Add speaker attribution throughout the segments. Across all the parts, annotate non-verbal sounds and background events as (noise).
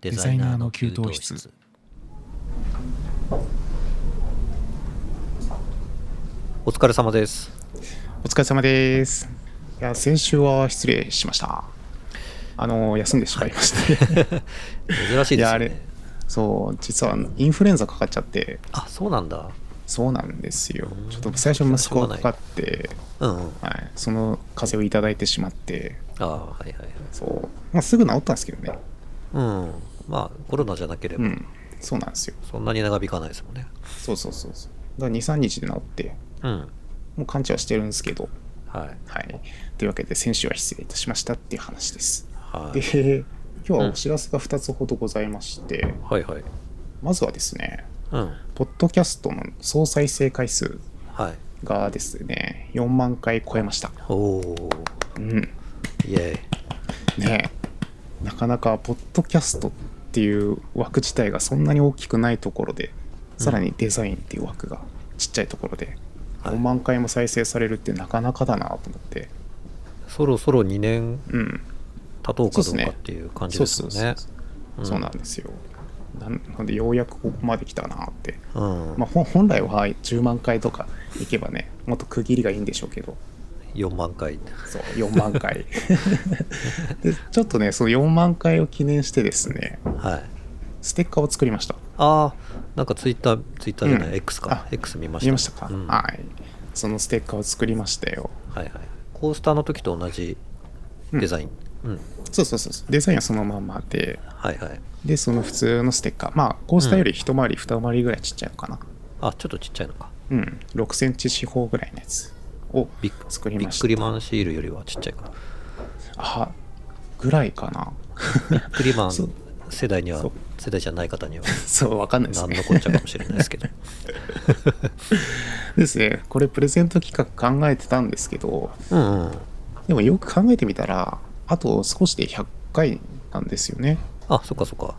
Speaker 1: デザイナーの給湯室
Speaker 2: お疲れ様です
Speaker 3: お疲れ様ですいや先週は失礼しましたあの休んでしまいましたね、
Speaker 2: 珍しい
Speaker 3: い
Speaker 2: で
Speaker 3: や
Speaker 2: す
Speaker 3: あ
Speaker 2: よ
Speaker 3: れ
Speaker 2: ね
Speaker 3: そう実はインフルエンザかかっちゃって
Speaker 2: あそうなんだ
Speaker 3: そうなんですよちょっと最初息子がかかって
Speaker 2: うんうん
Speaker 3: はい、その風邪をいただいてしまって
Speaker 2: ああはいはいはい
Speaker 3: そう、まあ、すぐ治ったんですけどね
Speaker 2: うんまあコロナじゃなけれ
Speaker 3: う
Speaker 2: ば、
Speaker 3: んそうなんですよ
Speaker 2: そんなに長引かないですもんね
Speaker 3: そうそうそうそうだから23日で治って
Speaker 2: うん
Speaker 3: もう完治はしてるんですけど
Speaker 2: はい
Speaker 3: はいというわけで先週は失礼いたしましたっていう話です
Speaker 2: はい
Speaker 3: で今日はお知らせが2つほどございまして、
Speaker 2: はいはい
Speaker 3: まずはですね
Speaker 2: うん
Speaker 3: ポッドキャストの総再生回数
Speaker 2: はい
Speaker 3: がですね4万回超えました
Speaker 2: おお
Speaker 3: うん
Speaker 2: イエイ
Speaker 3: ねえなかなかポッドキャストっていう枠自体がそんなに大きくないところでさらにデザインっていう枠がちっちゃいところで
Speaker 2: はい
Speaker 3: 4万回も再生されるってなかなかだなと思って
Speaker 2: そろそろ2年
Speaker 3: うん
Speaker 2: 経とうかど
Speaker 3: そう
Speaker 2: う
Speaker 3: です
Speaker 2: か
Speaker 3: ね
Speaker 2: っていう感じですよね
Speaker 3: そうそうなんですよなのでようやくここまで来たなって
Speaker 2: うん、
Speaker 3: まあ、ほん本来は10万回とかいけばねもっと区切りがいいんでしょうけど
Speaker 2: 4万回
Speaker 3: そう4万回でちょっとねその4万回を記念してですね
Speaker 2: はい
Speaker 3: ステッカーを作りました
Speaker 2: ああなんかツイッターツイッターじゃない、
Speaker 3: うん
Speaker 2: X か
Speaker 3: あ
Speaker 2: X 見ました
Speaker 3: 見ましたか、
Speaker 2: うんは
Speaker 3: はいそのステッカーを作りましたよ
Speaker 2: いはいコースターの時と同じデザインうん、
Speaker 3: そうそうそうそうデザインはそのまんまで
Speaker 2: はいはい
Speaker 3: でその普通のステッカーまあコースターより一回り二回りぐらいちっちゃいのかな
Speaker 2: あちょっとちっちゃいのか
Speaker 3: うん、6センチ四方ぐらいのやつを
Speaker 2: ビッ
Speaker 3: 作り
Speaker 2: ビ
Speaker 3: ま
Speaker 2: ッ
Speaker 3: した
Speaker 2: クリマンシールよりはちっちゃいかな
Speaker 3: あぐらい
Speaker 2: (laughs)
Speaker 3: かな
Speaker 2: ビックリマン
Speaker 3: そう
Speaker 2: 世代には
Speaker 3: そう
Speaker 2: 世代じゃない方には
Speaker 3: そうわかんないです
Speaker 2: 何
Speaker 3: ね
Speaker 2: のこっちゃかもしれないですけど
Speaker 3: (laughs) ですね、これプレゼント企画考えてたんですけど、
Speaker 2: うんうん
Speaker 3: でもよく考えてみたら、あと少しで100回なんですよね。
Speaker 2: あそっかそっか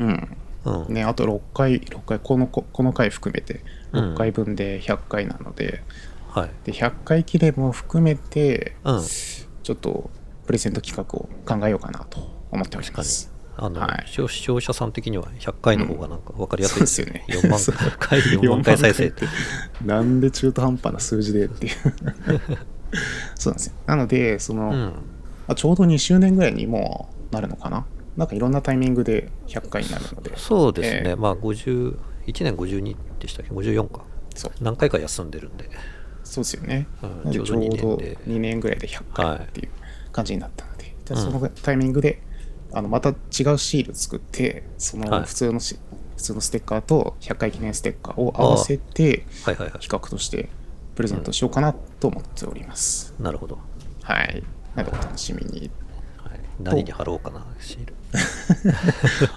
Speaker 3: うん。
Speaker 2: うん、
Speaker 3: ね、あと6回、6回、このここの回含めて、
Speaker 2: うん
Speaker 3: 6回分で100回なので、
Speaker 2: はい
Speaker 3: で100回記念も含めて、
Speaker 2: うん
Speaker 3: ちょっとプレゼント企画を考えようかなと思っております。
Speaker 2: あの、
Speaker 3: はい
Speaker 2: 視聴視聴者さん的には100回の方がなんか分かりやすい
Speaker 3: そうですよね
Speaker 2: 4万回4万回再生って
Speaker 3: なんで中途半端な数字で
Speaker 2: (laughs)
Speaker 3: っていう。そうなんですよ。なので、その、
Speaker 2: うん
Speaker 3: あちょうど2周年ぐらいにもうなるのかななんかいろんなタイミングで100回になるので
Speaker 2: そうですね、
Speaker 3: ええ
Speaker 2: まあ51年52でしたっけ54か
Speaker 3: そう
Speaker 2: 何回か休んでるんで
Speaker 3: そうですよね、
Speaker 2: うん
Speaker 3: なんで
Speaker 2: ち
Speaker 3: ち
Speaker 2: ょ
Speaker 3: ょ
Speaker 2: う
Speaker 3: う
Speaker 2: ど2年
Speaker 3: ど
Speaker 2: で
Speaker 3: 2年ぐらいで100
Speaker 2: はい
Speaker 3: 回っていう感じになったので、じゃあ
Speaker 2: うん
Speaker 3: そのタイミングであのまた違うシール作ってそ
Speaker 2: はい
Speaker 3: の普通のし、普通のステッカーと100回記念ステッカーを合わせて
Speaker 2: はいはいは
Speaker 3: 比較としてプレゼントしようかなと思っております、
Speaker 2: いなるほど、
Speaker 3: はいなのでお楽しみ
Speaker 2: (laughs)
Speaker 3: に
Speaker 2: はい、何に貼ろうかなシール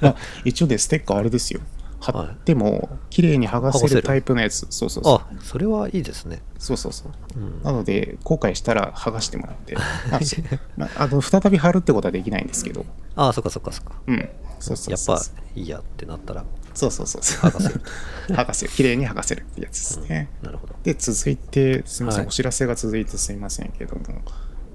Speaker 3: あ一応ねステッカーあれですよ貼っても綺麗に剥がせ
Speaker 2: 剥がせる
Speaker 3: るタイプのやつそうそうそう
Speaker 2: あそれはいいですね
Speaker 3: そうそうそう
Speaker 2: うん
Speaker 3: なので後悔したら剥がしてもらっ
Speaker 2: (laughs)
Speaker 3: てあそうまあの再び貼るってことはできないんですけど
Speaker 2: あそっかそっかそっか
Speaker 3: うんそうそう
Speaker 2: やっ
Speaker 3: そう
Speaker 2: ぱいいやってなったら
Speaker 3: そうそうそうそう
Speaker 2: 剥がせる
Speaker 3: (laughs) 剥がせる綺麗に剥がせるってやつですね、
Speaker 2: なるほど
Speaker 3: で続いてすみません、
Speaker 2: はい
Speaker 3: お知らせが続いてすみませんけども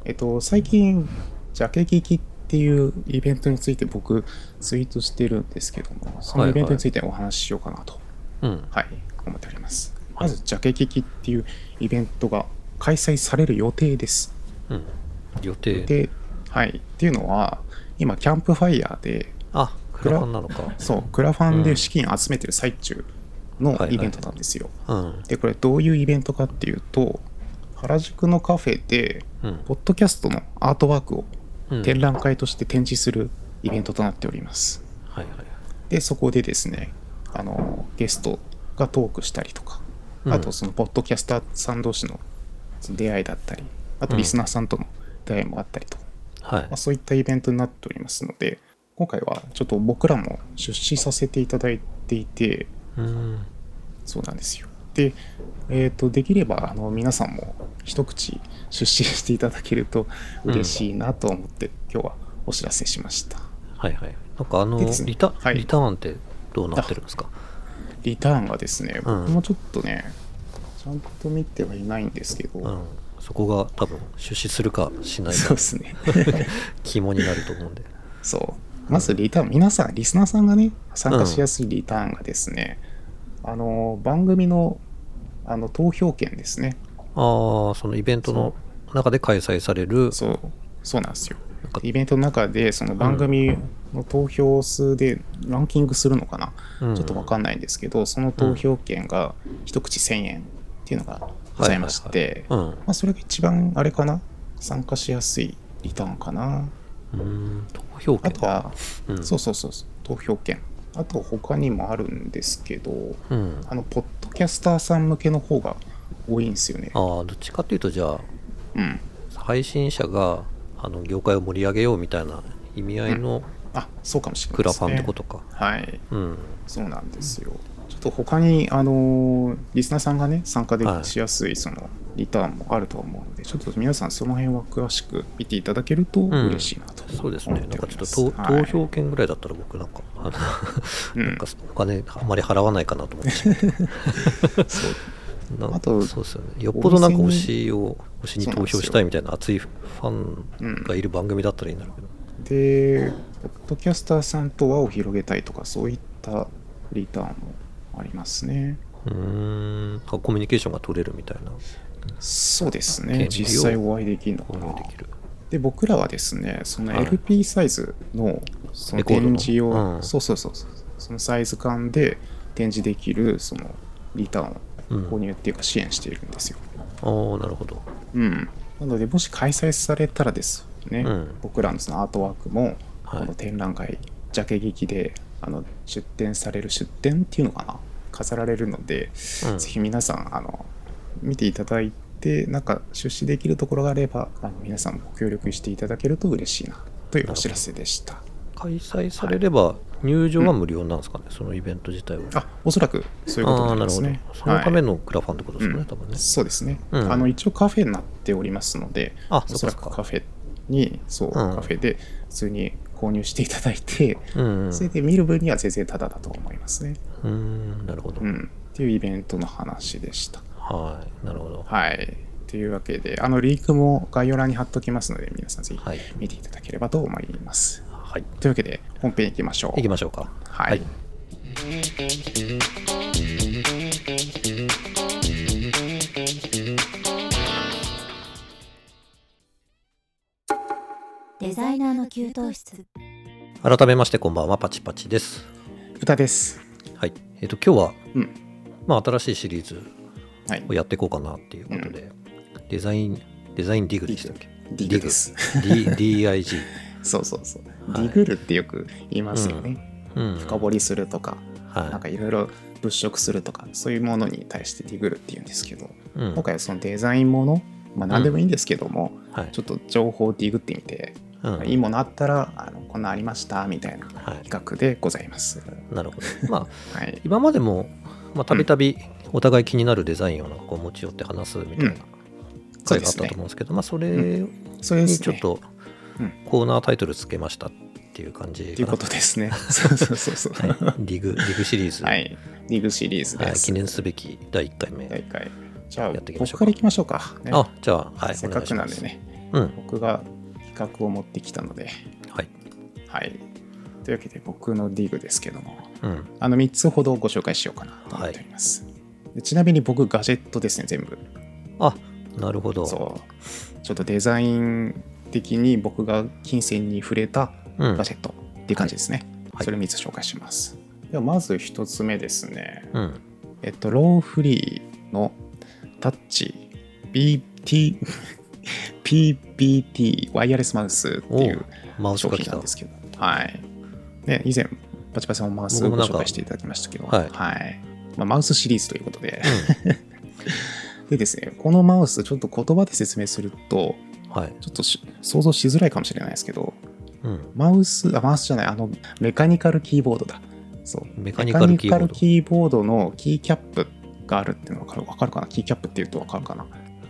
Speaker 3: えっと最近ジャケ聞きっていうイベントについて僕ツイートしてるんですけどもそのイベントについてお話ししようかなと
Speaker 2: うん
Speaker 3: はい、思っております。まず、ジャケ聞きっていうイベントが開催される予定です。
Speaker 2: うん予定
Speaker 3: で、はい、っていうのは、今、キャンプファイヤーで、
Speaker 2: あクラファンなのか
Speaker 3: そう、クラファンで資金集めてる最中の
Speaker 2: はいはい
Speaker 3: イベントなんですよ。
Speaker 2: うん
Speaker 3: で、これ、どういうイベントかっていうと、原宿のカフェで、
Speaker 2: うん
Speaker 3: ポッドキャストのアートワークを
Speaker 2: うん
Speaker 3: 展覧会として展示するイベントとなっております。
Speaker 2: はいはい
Speaker 3: でそこでですねあのゲストがトークしたりとか、
Speaker 2: うん
Speaker 3: あとそのポッドキャスターさん同士のその出会いだったりあとリスナーさんとの出会いもあったりと、
Speaker 2: はい
Speaker 3: まあ、そういったイベントになっておりますので今回はちょっと僕らも出資させていただいていて
Speaker 2: うん
Speaker 3: そうなんですよで、えー、とできればあの皆さんも一口出資していただけると嬉しいなと思って、今日はお知らせしました
Speaker 2: はいはいなんかあの
Speaker 3: でですね
Speaker 2: リタ,、
Speaker 3: はい
Speaker 2: リターンってどうなってるんですか
Speaker 3: リターンがですね、
Speaker 2: うん
Speaker 3: 僕もちょっとね、ちゃんと見てはいないんですけど、
Speaker 2: うんそこが多分出資するかしない
Speaker 3: そう
Speaker 2: か
Speaker 3: ですね。
Speaker 2: 肝になると思うんで
Speaker 3: そう。まずリターン、皆さん、リスナーさんがね、参加しやすいリターンがですね、あの、番組のあの投票権ですね。
Speaker 2: ああ、そのイベントの中で開催される。
Speaker 3: そう、そうなんですよ
Speaker 2: なんか。
Speaker 3: イベントの中で、その番組の投票数でランキングするのかな、
Speaker 2: うん
Speaker 3: ちょっとわかんないんですけど、その投票権が一口1000円っていうのがございまして、
Speaker 2: うん。う
Speaker 3: まあ、それが一番あれかな参加しやすいリターンかな
Speaker 2: ーん投票
Speaker 3: あ
Speaker 2: 権
Speaker 3: とは、
Speaker 2: うん
Speaker 3: そうそうそうそう投票権あと他にもあるんですけど
Speaker 2: うん。
Speaker 3: あのポッドキャスターさん向けの方が多いんですよね
Speaker 2: ああ、どっちかというと、じゃ
Speaker 3: うん
Speaker 2: あ、配信者が、あの、業界を盛り上げようみたいな意味合いの
Speaker 3: あそうかもしれな
Speaker 2: ク
Speaker 3: いで
Speaker 2: ラ
Speaker 3: すね
Speaker 2: ファンってことか。
Speaker 3: はい
Speaker 2: うん。
Speaker 3: そうなんですよちょっと他にあのーリスナーさんがね参加で
Speaker 2: はい
Speaker 3: しやすいそのリターンもあると思うので、ちょっと皆さんその辺は詳しく見ていただけると嬉しいなと、
Speaker 2: そうですね。なんかちょっと投,、投票権ぐらいだったら僕なんか、あの
Speaker 3: うん
Speaker 2: なんかお金あんまり払わないかなと思ってしまう
Speaker 3: (laughs) そう
Speaker 2: なんか
Speaker 3: あと
Speaker 2: そうですよね。よっぽどなんか
Speaker 3: お
Speaker 2: 推
Speaker 3: 店
Speaker 2: しを、推しに投票したいみたいな熱いファンがいる番組だったらいいんだろうけど。
Speaker 3: で、ポッドキャスターさんと輪を広げたいとか、そういったリターンもありますね。
Speaker 2: うーん、コミュニケーションが取れるみたいな、
Speaker 3: そうです
Speaker 2: 権利
Speaker 3: ね
Speaker 2: を、
Speaker 3: 実際お会いできるのか
Speaker 2: 交
Speaker 3: な
Speaker 2: 流。できる。
Speaker 3: で、僕らはですね、その
Speaker 2: はい
Speaker 3: LP サイズのその
Speaker 2: レコードの
Speaker 3: 展示
Speaker 2: う
Speaker 3: を、
Speaker 2: ん
Speaker 3: そうそうそうそう、そのサイズ感で展示できるそのリターンを
Speaker 2: うん
Speaker 3: 購入っていうか支援しているんですよ。
Speaker 2: ああ、なるほど。
Speaker 3: うん、なので、もし開催されたらですね、
Speaker 2: うん
Speaker 3: 僕らのそのアートワークも、
Speaker 2: はい
Speaker 3: この展覧会、ジャケ劇であの出展される、出展っていうのかな、飾られるので、
Speaker 2: うん
Speaker 3: ぜひ皆さんあの、見ていただいて、なんか出資できるところがあれば、あの皆さんもご協力していただけると嬉しいなというお知らせでした。
Speaker 2: 開催されれば入場は無料なんですかね、そのイベント自体は。
Speaker 3: あおそらくそういうこと
Speaker 2: ああ、
Speaker 3: に
Speaker 2: な
Speaker 3: なりま
Speaker 2: るほ
Speaker 3: す
Speaker 2: ど
Speaker 3: ね。。
Speaker 2: そのため
Speaker 3: はい
Speaker 2: のクラファンってことですよね、多分ね。
Speaker 3: そうですね、
Speaker 2: うん
Speaker 3: あの一応カフェになっておりますので、
Speaker 2: あ
Speaker 3: おそら
Speaker 2: そっかそ
Speaker 3: く
Speaker 2: っか
Speaker 3: カフェに、そう、カフェで普通に購入していただいて、
Speaker 2: うん、うん。
Speaker 3: それで見る分には全然タダだと思いますね。
Speaker 2: うーん、なるほど
Speaker 3: う。ん。っていうイベントの話でした。
Speaker 2: はい、なるほど。
Speaker 3: はい。というわけで、あのリンクも概要欄に貼っときますので、皆さんぜひ
Speaker 2: はい
Speaker 3: 見ていただければと思います。
Speaker 2: はい。
Speaker 3: というわけで、本編行きましょう。
Speaker 2: 行きましょうか。
Speaker 3: はい。
Speaker 2: はい
Speaker 4: デザイナーの給湯室
Speaker 2: 改めまして、こんばんは、パチパチです。
Speaker 3: 歌です。
Speaker 2: はい。えっ、と、今日は、
Speaker 3: うん。
Speaker 2: まあ、新しいシリーズ
Speaker 3: はい。
Speaker 2: をやっていこうかなっていうことで、デザイン、デザインディグでしたっけ
Speaker 3: ディグです。
Speaker 2: D-
Speaker 3: (laughs)
Speaker 2: DIG。
Speaker 3: そうそうそう。
Speaker 2: はい
Speaker 3: リグルってよく言いますよね。
Speaker 2: うん。
Speaker 3: 深掘りするとか、なん
Speaker 2: は
Speaker 3: かいろいろ物色するとか、そういうものに対してディグルって言うんですけど、
Speaker 2: い。うん
Speaker 3: 今回はそのデザインもの、まあ、何でもいいんですけども、
Speaker 2: はい
Speaker 3: ちょっと情報をディグってみて、
Speaker 2: うん
Speaker 3: いいものあったらあのこんなんありましたみたいな
Speaker 2: はい
Speaker 3: 比較でございます。
Speaker 2: なるほど。まあ、
Speaker 3: はい、
Speaker 2: 今までも、まあ、たびたびお互い気になるデザインをなんかこう持ち寄って話すみたいな
Speaker 3: そう
Speaker 2: 回
Speaker 3: で
Speaker 2: があった
Speaker 3: す
Speaker 2: と
Speaker 3: ね
Speaker 2: 思うん。ですけど、まあ、それ
Speaker 3: それで
Speaker 2: に
Speaker 3: す
Speaker 2: ちょっ
Speaker 3: ね。
Speaker 2: と
Speaker 3: うん
Speaker 2: コーナータイトルつけましたっていう感じ
Speaker 3: という
Speaker 2: かな
Speaker 3: ことです
Speaker 2: (laughs)
Speaker 3: ね。そうそうそうそう。
Speaker 2: はい、ディグ、ディグシリーズ、
Speaker 3: はい、リグシリーズ
Speaker 2: はい
Speaker 3: で
Speaker 2: 記
Speaker 3: す。
Speaker 2: 念すべき第1回目。
Speaker 3: 大会。じゃあ
Speaker 2: やっていきましょうか
Speaker 3: 僕からいきましょうか。ね
Speaker 2: あ、じゃあ、はい、
Speaker 3: せっかくなん
Speaker 2: お願い
Speaker 3: で
Speaker 2: し
Speaker 3: ね、
Speaker 2: ます。うん、
Speaker 3: 僕が企画を持ってきたので、
Speaker 2: はい。
Speaker 3: はい。というわけで僕のディグですけども、
Speaker 2: うん、
Speaker 3: あの3つほどご紹介しようかなと思っております。でちなみに僕ガジェットですね全部。
Speaker 2: あ、なるほど。
Speaker 3: そうちょっとデザイン的に僕が金銭に触れた
Speaker 2: う
Speaker 3: ガ
Speaker 2: ん、
Speaker 3: ジェットっていう感じですね、
Speaker 2: はい
Speaker 3: それ3つ紹介しますではまず1つ目ですね
Speaker 2: うん、
Speaker 3: えっとローフリーのタッチ (laughs) BT PBT ワイヤレスマウスっていう
Speaker 2: マウス
Speaker 3: 商
Speaker 2: が
Speaker 3: 品
Speaker 2: 来
Speaker 3: な
Speaker 2: た
Speaker 3: んで。すけどはいね以前パチパチさんもマウスを
Speaker 2: 僕も
Speaker 3: ご
Speaker 2: なんか
Speaker 3: 紹介していただきましたけど
Speaker 2: はい
Speaker 3: まあ、マウスシリーズということで、 (laughs) でですねこのマウスちょっと言葉で説明すると
Speaker 2: はい。
Speaker 3: ちょっとし想像しづらいかもしれないですけど、
Speaker 2: うん、
Speaker 3: マウス、あ、マウスじゃない、あの、メカニカルキーボードだ。そう。
Speaker 2: メカニカルキーボード
Speaker 3: メカニカルキーボードのキーキャップがあるっていうのがわかるかなキーキャップっていうとわかるかな、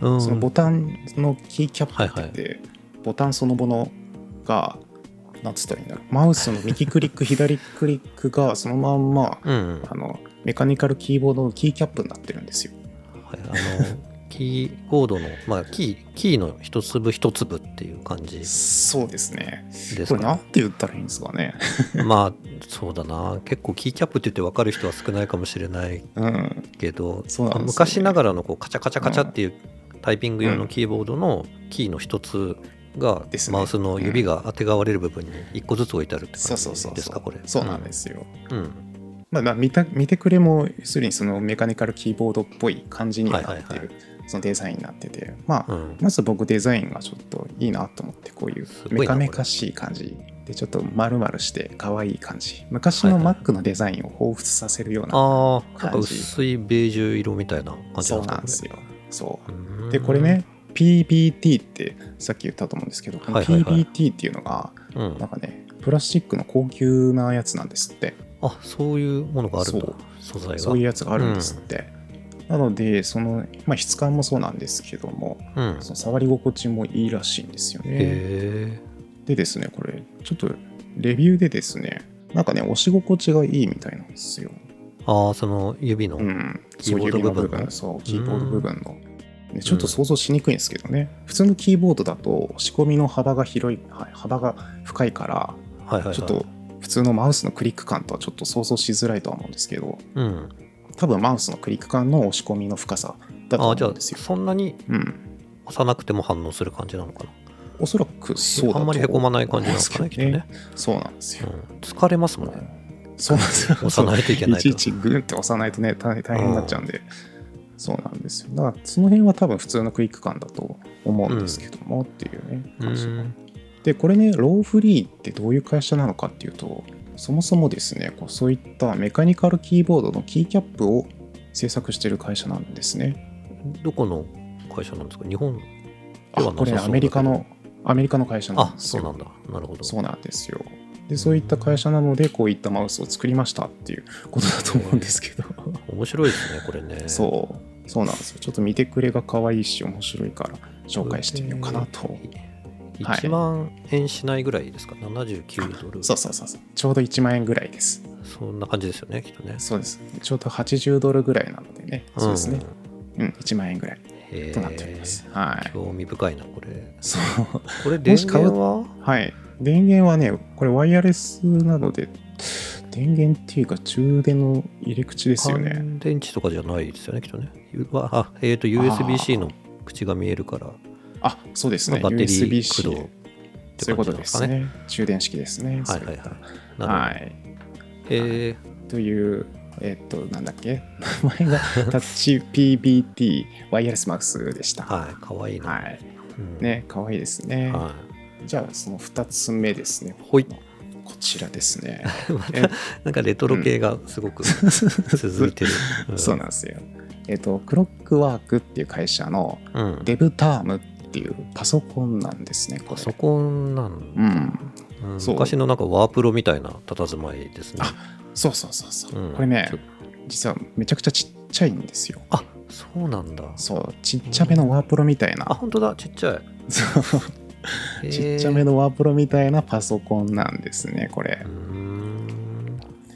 Speaker 2: うん、
Speaker 3: そのボタンのキーキャップって言って、ボタンそのものが、なんつったらいいんだろう。マウスの右クリック、左クリックがそのまんま、
Speaker 2: うん、うん、はい、
Speaker 3: あの、メカニカルキーボードのキーキャップになってるんですよ。
Speaker 2: あの、 (laughs) キーコードの、まあ、キー、キーの一粒一粒っていう感じです
Speaker 3: そうですね。こ
Speaker 2: か
Speaker 3: れなん
Speaker 2: ね。
Speaker 3: て言ったらいいんですかね。
Speaker 2: まあ、そうだな。結構キーキャップって言って分かる人は少ないかもしれない
Speaker 3: うん。
Speaker 2: けど、
Speaker 3: そうなんですよね
Speaker 2: 昔ながらのこうカチャカチャカチャっていうタイピング用のキーボードのキーの一つが、
Speaker 3: ですね
Speaker 2: マウスの指があてがわれる部分に一個ずつ置いてあるって
Speaker 3: そ
Speaker 2: 感
Speaker 3: うそうそうそ
Speaker 2: じ
Speaker 3: う。
Speaker 2: ですか、これ。
Speaker 3: そうなんですよ。
Speaker 2: うん。
Speaker 3: まあ、まあ見た見てくれも要するにそのメカニカルキーボードっぽい感じにはなってる、
Speaker 2: はいはい
Speaker 3: そのデザインになってて、まあ
Speaker 2: うん。うん
Speaker 3: まず僕デザインがちょっといいなと思ってこういう
Speaker 2: すごいな
Speaker 3: メカメカしい感じでちょっと丸々して可愛い感じ昔の
Speaker 2: はいはい
Speaker 3: Mac のデザインを彷彿させるような、
Speaker 2: ああ、なんか
Speaker 3: 感じ
Speaker 2: 薄いベージュ色みたいな感じ
Speaker 3: そ
Speaker 2: な
Speaker 3: うんなんで
Speaker 2: です
Speaker 3: す
Speaker 2: かね
Speaker 3: よそう
Speaker 2: うん
Speaker 3: でこれね、PBT ってさっき言ったと思うんですけど、この
Speaker 2: はいはいはい
Speaker 3: PBT っていうのが
Speaker 2: うん
Speaker 3: なんかねプラスチックの高級なやつなんですって
Speaker 2: あそういうものがあるんだ
Speaker 3: そう
Speaker 2: 素材が
Speaker 3: そういうやつがあるんですって、なのでその、まあ、質感もそうなんですけども
Speaker 2: うん、へ
Speaker 3: その触り心地もいいらしいんですよね
Speaker 2: え
Speaker 3: でですねこれちょっとレビューでですねなんかね押し心地がいいみたいなんですよ
Speaker 2: ああその指の、
Speaker 3: うん
Speaker 2: キー
Speaker 3: そう
Speaker 2: ボード
Speaker 3: 指の
Speaker 2: 部分の
Speaker 3: そうキーボード部分のねちょっと想像しにくいんですけどね、普通のキーボードだと仕込みの幅が広いはい幅が深いから
Speaker 2: はいはいはい
Speaker 3: ちょっと普通のマウスのクリック感とはちょっと想像しづらいとは思うんですけど
Speaker 2: うん
Speaker 3: 多分マウスのクリック感の押し込みの深さだと
Speaker 2: あーじゃ
Speaker 3: 思う
Speaker 2: あ
Speaker 3: んですよ
Speaker 2: そんなに
Speaker 3: うん、
Speaker 2: 押さなくても反応する感じなのかな
Speaker 3: おそらくそうだと
Speaker 2: あんまりへこまない感じなんですか
Speaker 3: 思
Speaker 2: ね
Speaker 3: うん
Speaker 2: き
Speaker 3: で
Speaker 2: っ
Speaker 3: す
Speaker 2: と
Speaker 3: けど
Speaker 2: ね、
Speaker 3: そうなんです
Speaker 2: う
Speaker 3: よ、
Speaker 2: ん、疲れますもんね
Speaker 3: そうなんですよ
Speaker 2: 押さないといけないと
Speaker 3: いちいちグーンって押さないとね大大変になっちゃうんで、そうなんですよだからその辺は多分普通のクリック感だと思うんですけども、っていうね
Speaker 2: う
Speaker 3: 感じ
Speaker 2: ん
Speaker 3: でこれねローフリーってどういう会社なのかっていうとそもそもですねこうそういったメカニカルキーボードのキーキャップを制作している会社なんですね
Speaker 2: どこの会社なんですか日本
Speaker 3: あ
Speaker 2: ではなさそうだけど
Speaker 3: これねアメリカのアメリカの会社な
Speaker 2: あ
Speaker 3: んです
Speaker 2: そう
Speaker 3: よ
Speaker 2: なんだなるほど
Speaker 3: そうなんですよでそういった会社なのでこういったマウスを作りましたっていうことだと思うんですけど
Speaker 2: 面白いですねこれね
Speaker 3: そう、そうなんですよ。ちょっと見てくれが可愛いし、面白いから紹介してみようかなと。はい
Speaker 2: 1万円しないぐらいですか79ドル
Speaker 3: そうそうそうそう。ちょうど1万円ぐらいです。
Speaker 2: そんな感じですよねきっとね
Speaker 3: そうです。ちょうど80ドルぐらいなのでね。そうですね。うん、1万円ぐらい
Speaker 2: うんへ
Speaker 3: となっております
Speaker 2: え。
Speaker 3: はい。
Speaker 2: 興味深いなこれ
Speaker 3: そう。
Speaker 2: こ
Speaker 3: (laughs)
Speaker 2: れ電
Speaker 3: し買う
Speaker 2: 源は
Speaker 3: はい。電源はね、これワイヤレスなので、電源っていうか充電の入り口ですよね。
Speaker 2: 乾電池とかじゃないですよねきっとねゆわあえっ、と USB-C の口が見えるから
Speaker 3: あ、そうですね。
Speaker 2: バッテリ
Speaker 3: USB-C。
Speaker 2: ー
Speaker 3: そ
Speaker 2: 駆動
Speaker 3: う
Speaker 2: って
Speaker 3: いう
Speaker 2: 感じ
Speaker 3: こと
Speaker 2: なんで
Speaker 3: です
Speaker 2: かね
Speaker 3: すね。充電式ですね。
Speaker 2: はいはいはいなるほど、
Speaker 3: はい。
Speaker 2: え
Speaker 3: という、えっと、なんだっけ、 (laughs) 名前がタッチ PBT ワイヤレスマウスでした。
Speaker 2: ー、はいかわいいな、
Speaker 3: はい。
Speaker 2: うん
Speaker 3: ね、可愛いですね。
Speaker 2: は
Speaker 3: じゃあ、その2つ目ですね。
Speaker 2: ほい
Speaker 3: こちらですね。
Speaker 2: いまたなんかレトロ系がすごく続い
Speaker 3: (laughs)
Speaker 2: てる、ん
Speaker 3: そうなんですよ。えっと、クロックワークっていう会社の
Speaker 2: うん
Speaker 3: デブタームっていうパソコンなんですね。これ
Speaker 2: パソコンなん
Speaker 3: う
Speaker 2: だ、
Speaker 3: ん。
Speaker 2: うん
Speaker 3: そう
Speaker 2: 昔のなんかワープロみたいな佇まいですね
Speaker 3: そうそうそうそう。
Speaker 2: うん
Speaker 3: これね
Speaker 2: そう、
Speaker 3: 実はめちゃくちゃちっちゃいんですよ。
Speaker 2: あそうなんだ
Speaker 3: そう、ちっちゃめのワープロみたい
Speaker 2: あ
Speaker 3: な。
Speaker 2: 本当だちっ
Speaker 3: (laughs)
Speaker 2: ちゃい
Speaker 3: そう
Speaker 2: へー
Speaker 3: ちっちゃめのワープロみたいなパソコンなんですね、こ
Speaker 2: う
Speaker 3: れ
Speaker 2: ー。ん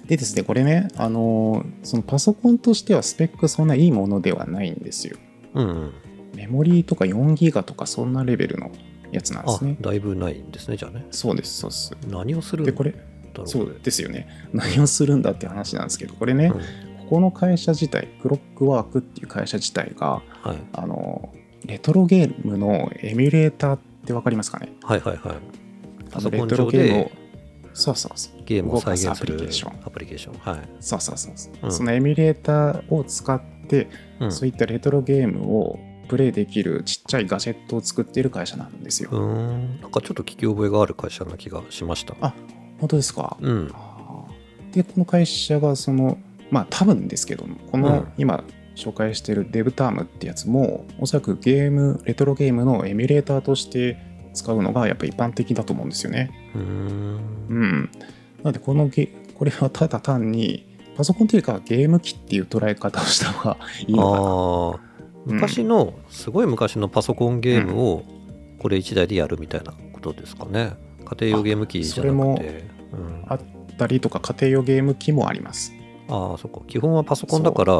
Speaker 3: でですね、これね、あのーそのパソコンとしてはスペックそんないいものではないんですよ。
Speaker 2: うんうん
Speaker 3: メモリーとか4ギガとかそんなレベルのやつなんで
Speaker 2: あ
Speaker 3: すね。
Speaker 2: だいぶないんですねじゃあね
Speaker 3: そうです、そうです。
Speaker 2: 何をするん
Speaker 3: で、
Speaker 2: だ
Speaker 3: こ
Speaker 2: ろ
Speaker 3: れ、
Speaker 2: う
Speaker 3: そうですよね。何をするんだって話なんですけど、これね、
Speaker 2: うん
Speaker 3: ここの会社自体、クロックワークっていう会社自体が、
Speaker 2: はい、
Speaker 3: あのーレトロゲームのエミュレーターってわかりますかね
Speaker 2: はいはいはいパ
Speaker 3: あ
Speaker 2: ソ
Speaker 3: の
Speaker 2: コ
Speaker 3: レ
Speaker 2: ン
Speaker 3: トロ
Speaker 2: 上
Speaker 3: ゲームを
Speaker 2: で。
Speaker 3: そうそうそう。
Speaker 2: ゲームを再現する
Speaker 3: 動かすアプリケーション
Speaker 2: アプリケーションはい、
Speaker 3: そうそうそうそう、
Speaker 2: うん
Speaker 3: そのエミュレーターを使って、
Speaker 2: うん、
Speaker 3: そういったレトロゲームをプレイできるちっちゃいガジェットを作っている会社なんですよ。
Speaker 2: うーんなんかちょっと聞き覚えがある会社な気がしました
Speaker 3: あ本当ですか、
Speaker 2: うん
Speaker 3: あーでこの会社がそのまあ多分ですけどこの
Speaker 2: うん
Speaker 3: 今紹介しているデブタームってやつもおそらくゲームレトロゲームのエミュレーターとして使うのがやっぱ一般的だと思うんですよね。
Speaker 2: うーん
Speaker 3: うん、なのでこのゲこれはただ単にパソコンというかゲーム機っていう捉え方をした方がいいのかな。
Speaker 2: ああ
Speaker 3: うん
Speaker 2: 昔の、すごい昔のパソコンゲームをこれ1台でやるみたいなことですかね家庭用ゲーム機じゃなく
Speaker 3: あそ
Speaker 2: てうん
Speaker 3: あったりとか家庭用ゲーム機もあります。
Speaker 2: ああそっか基本はパソコンだから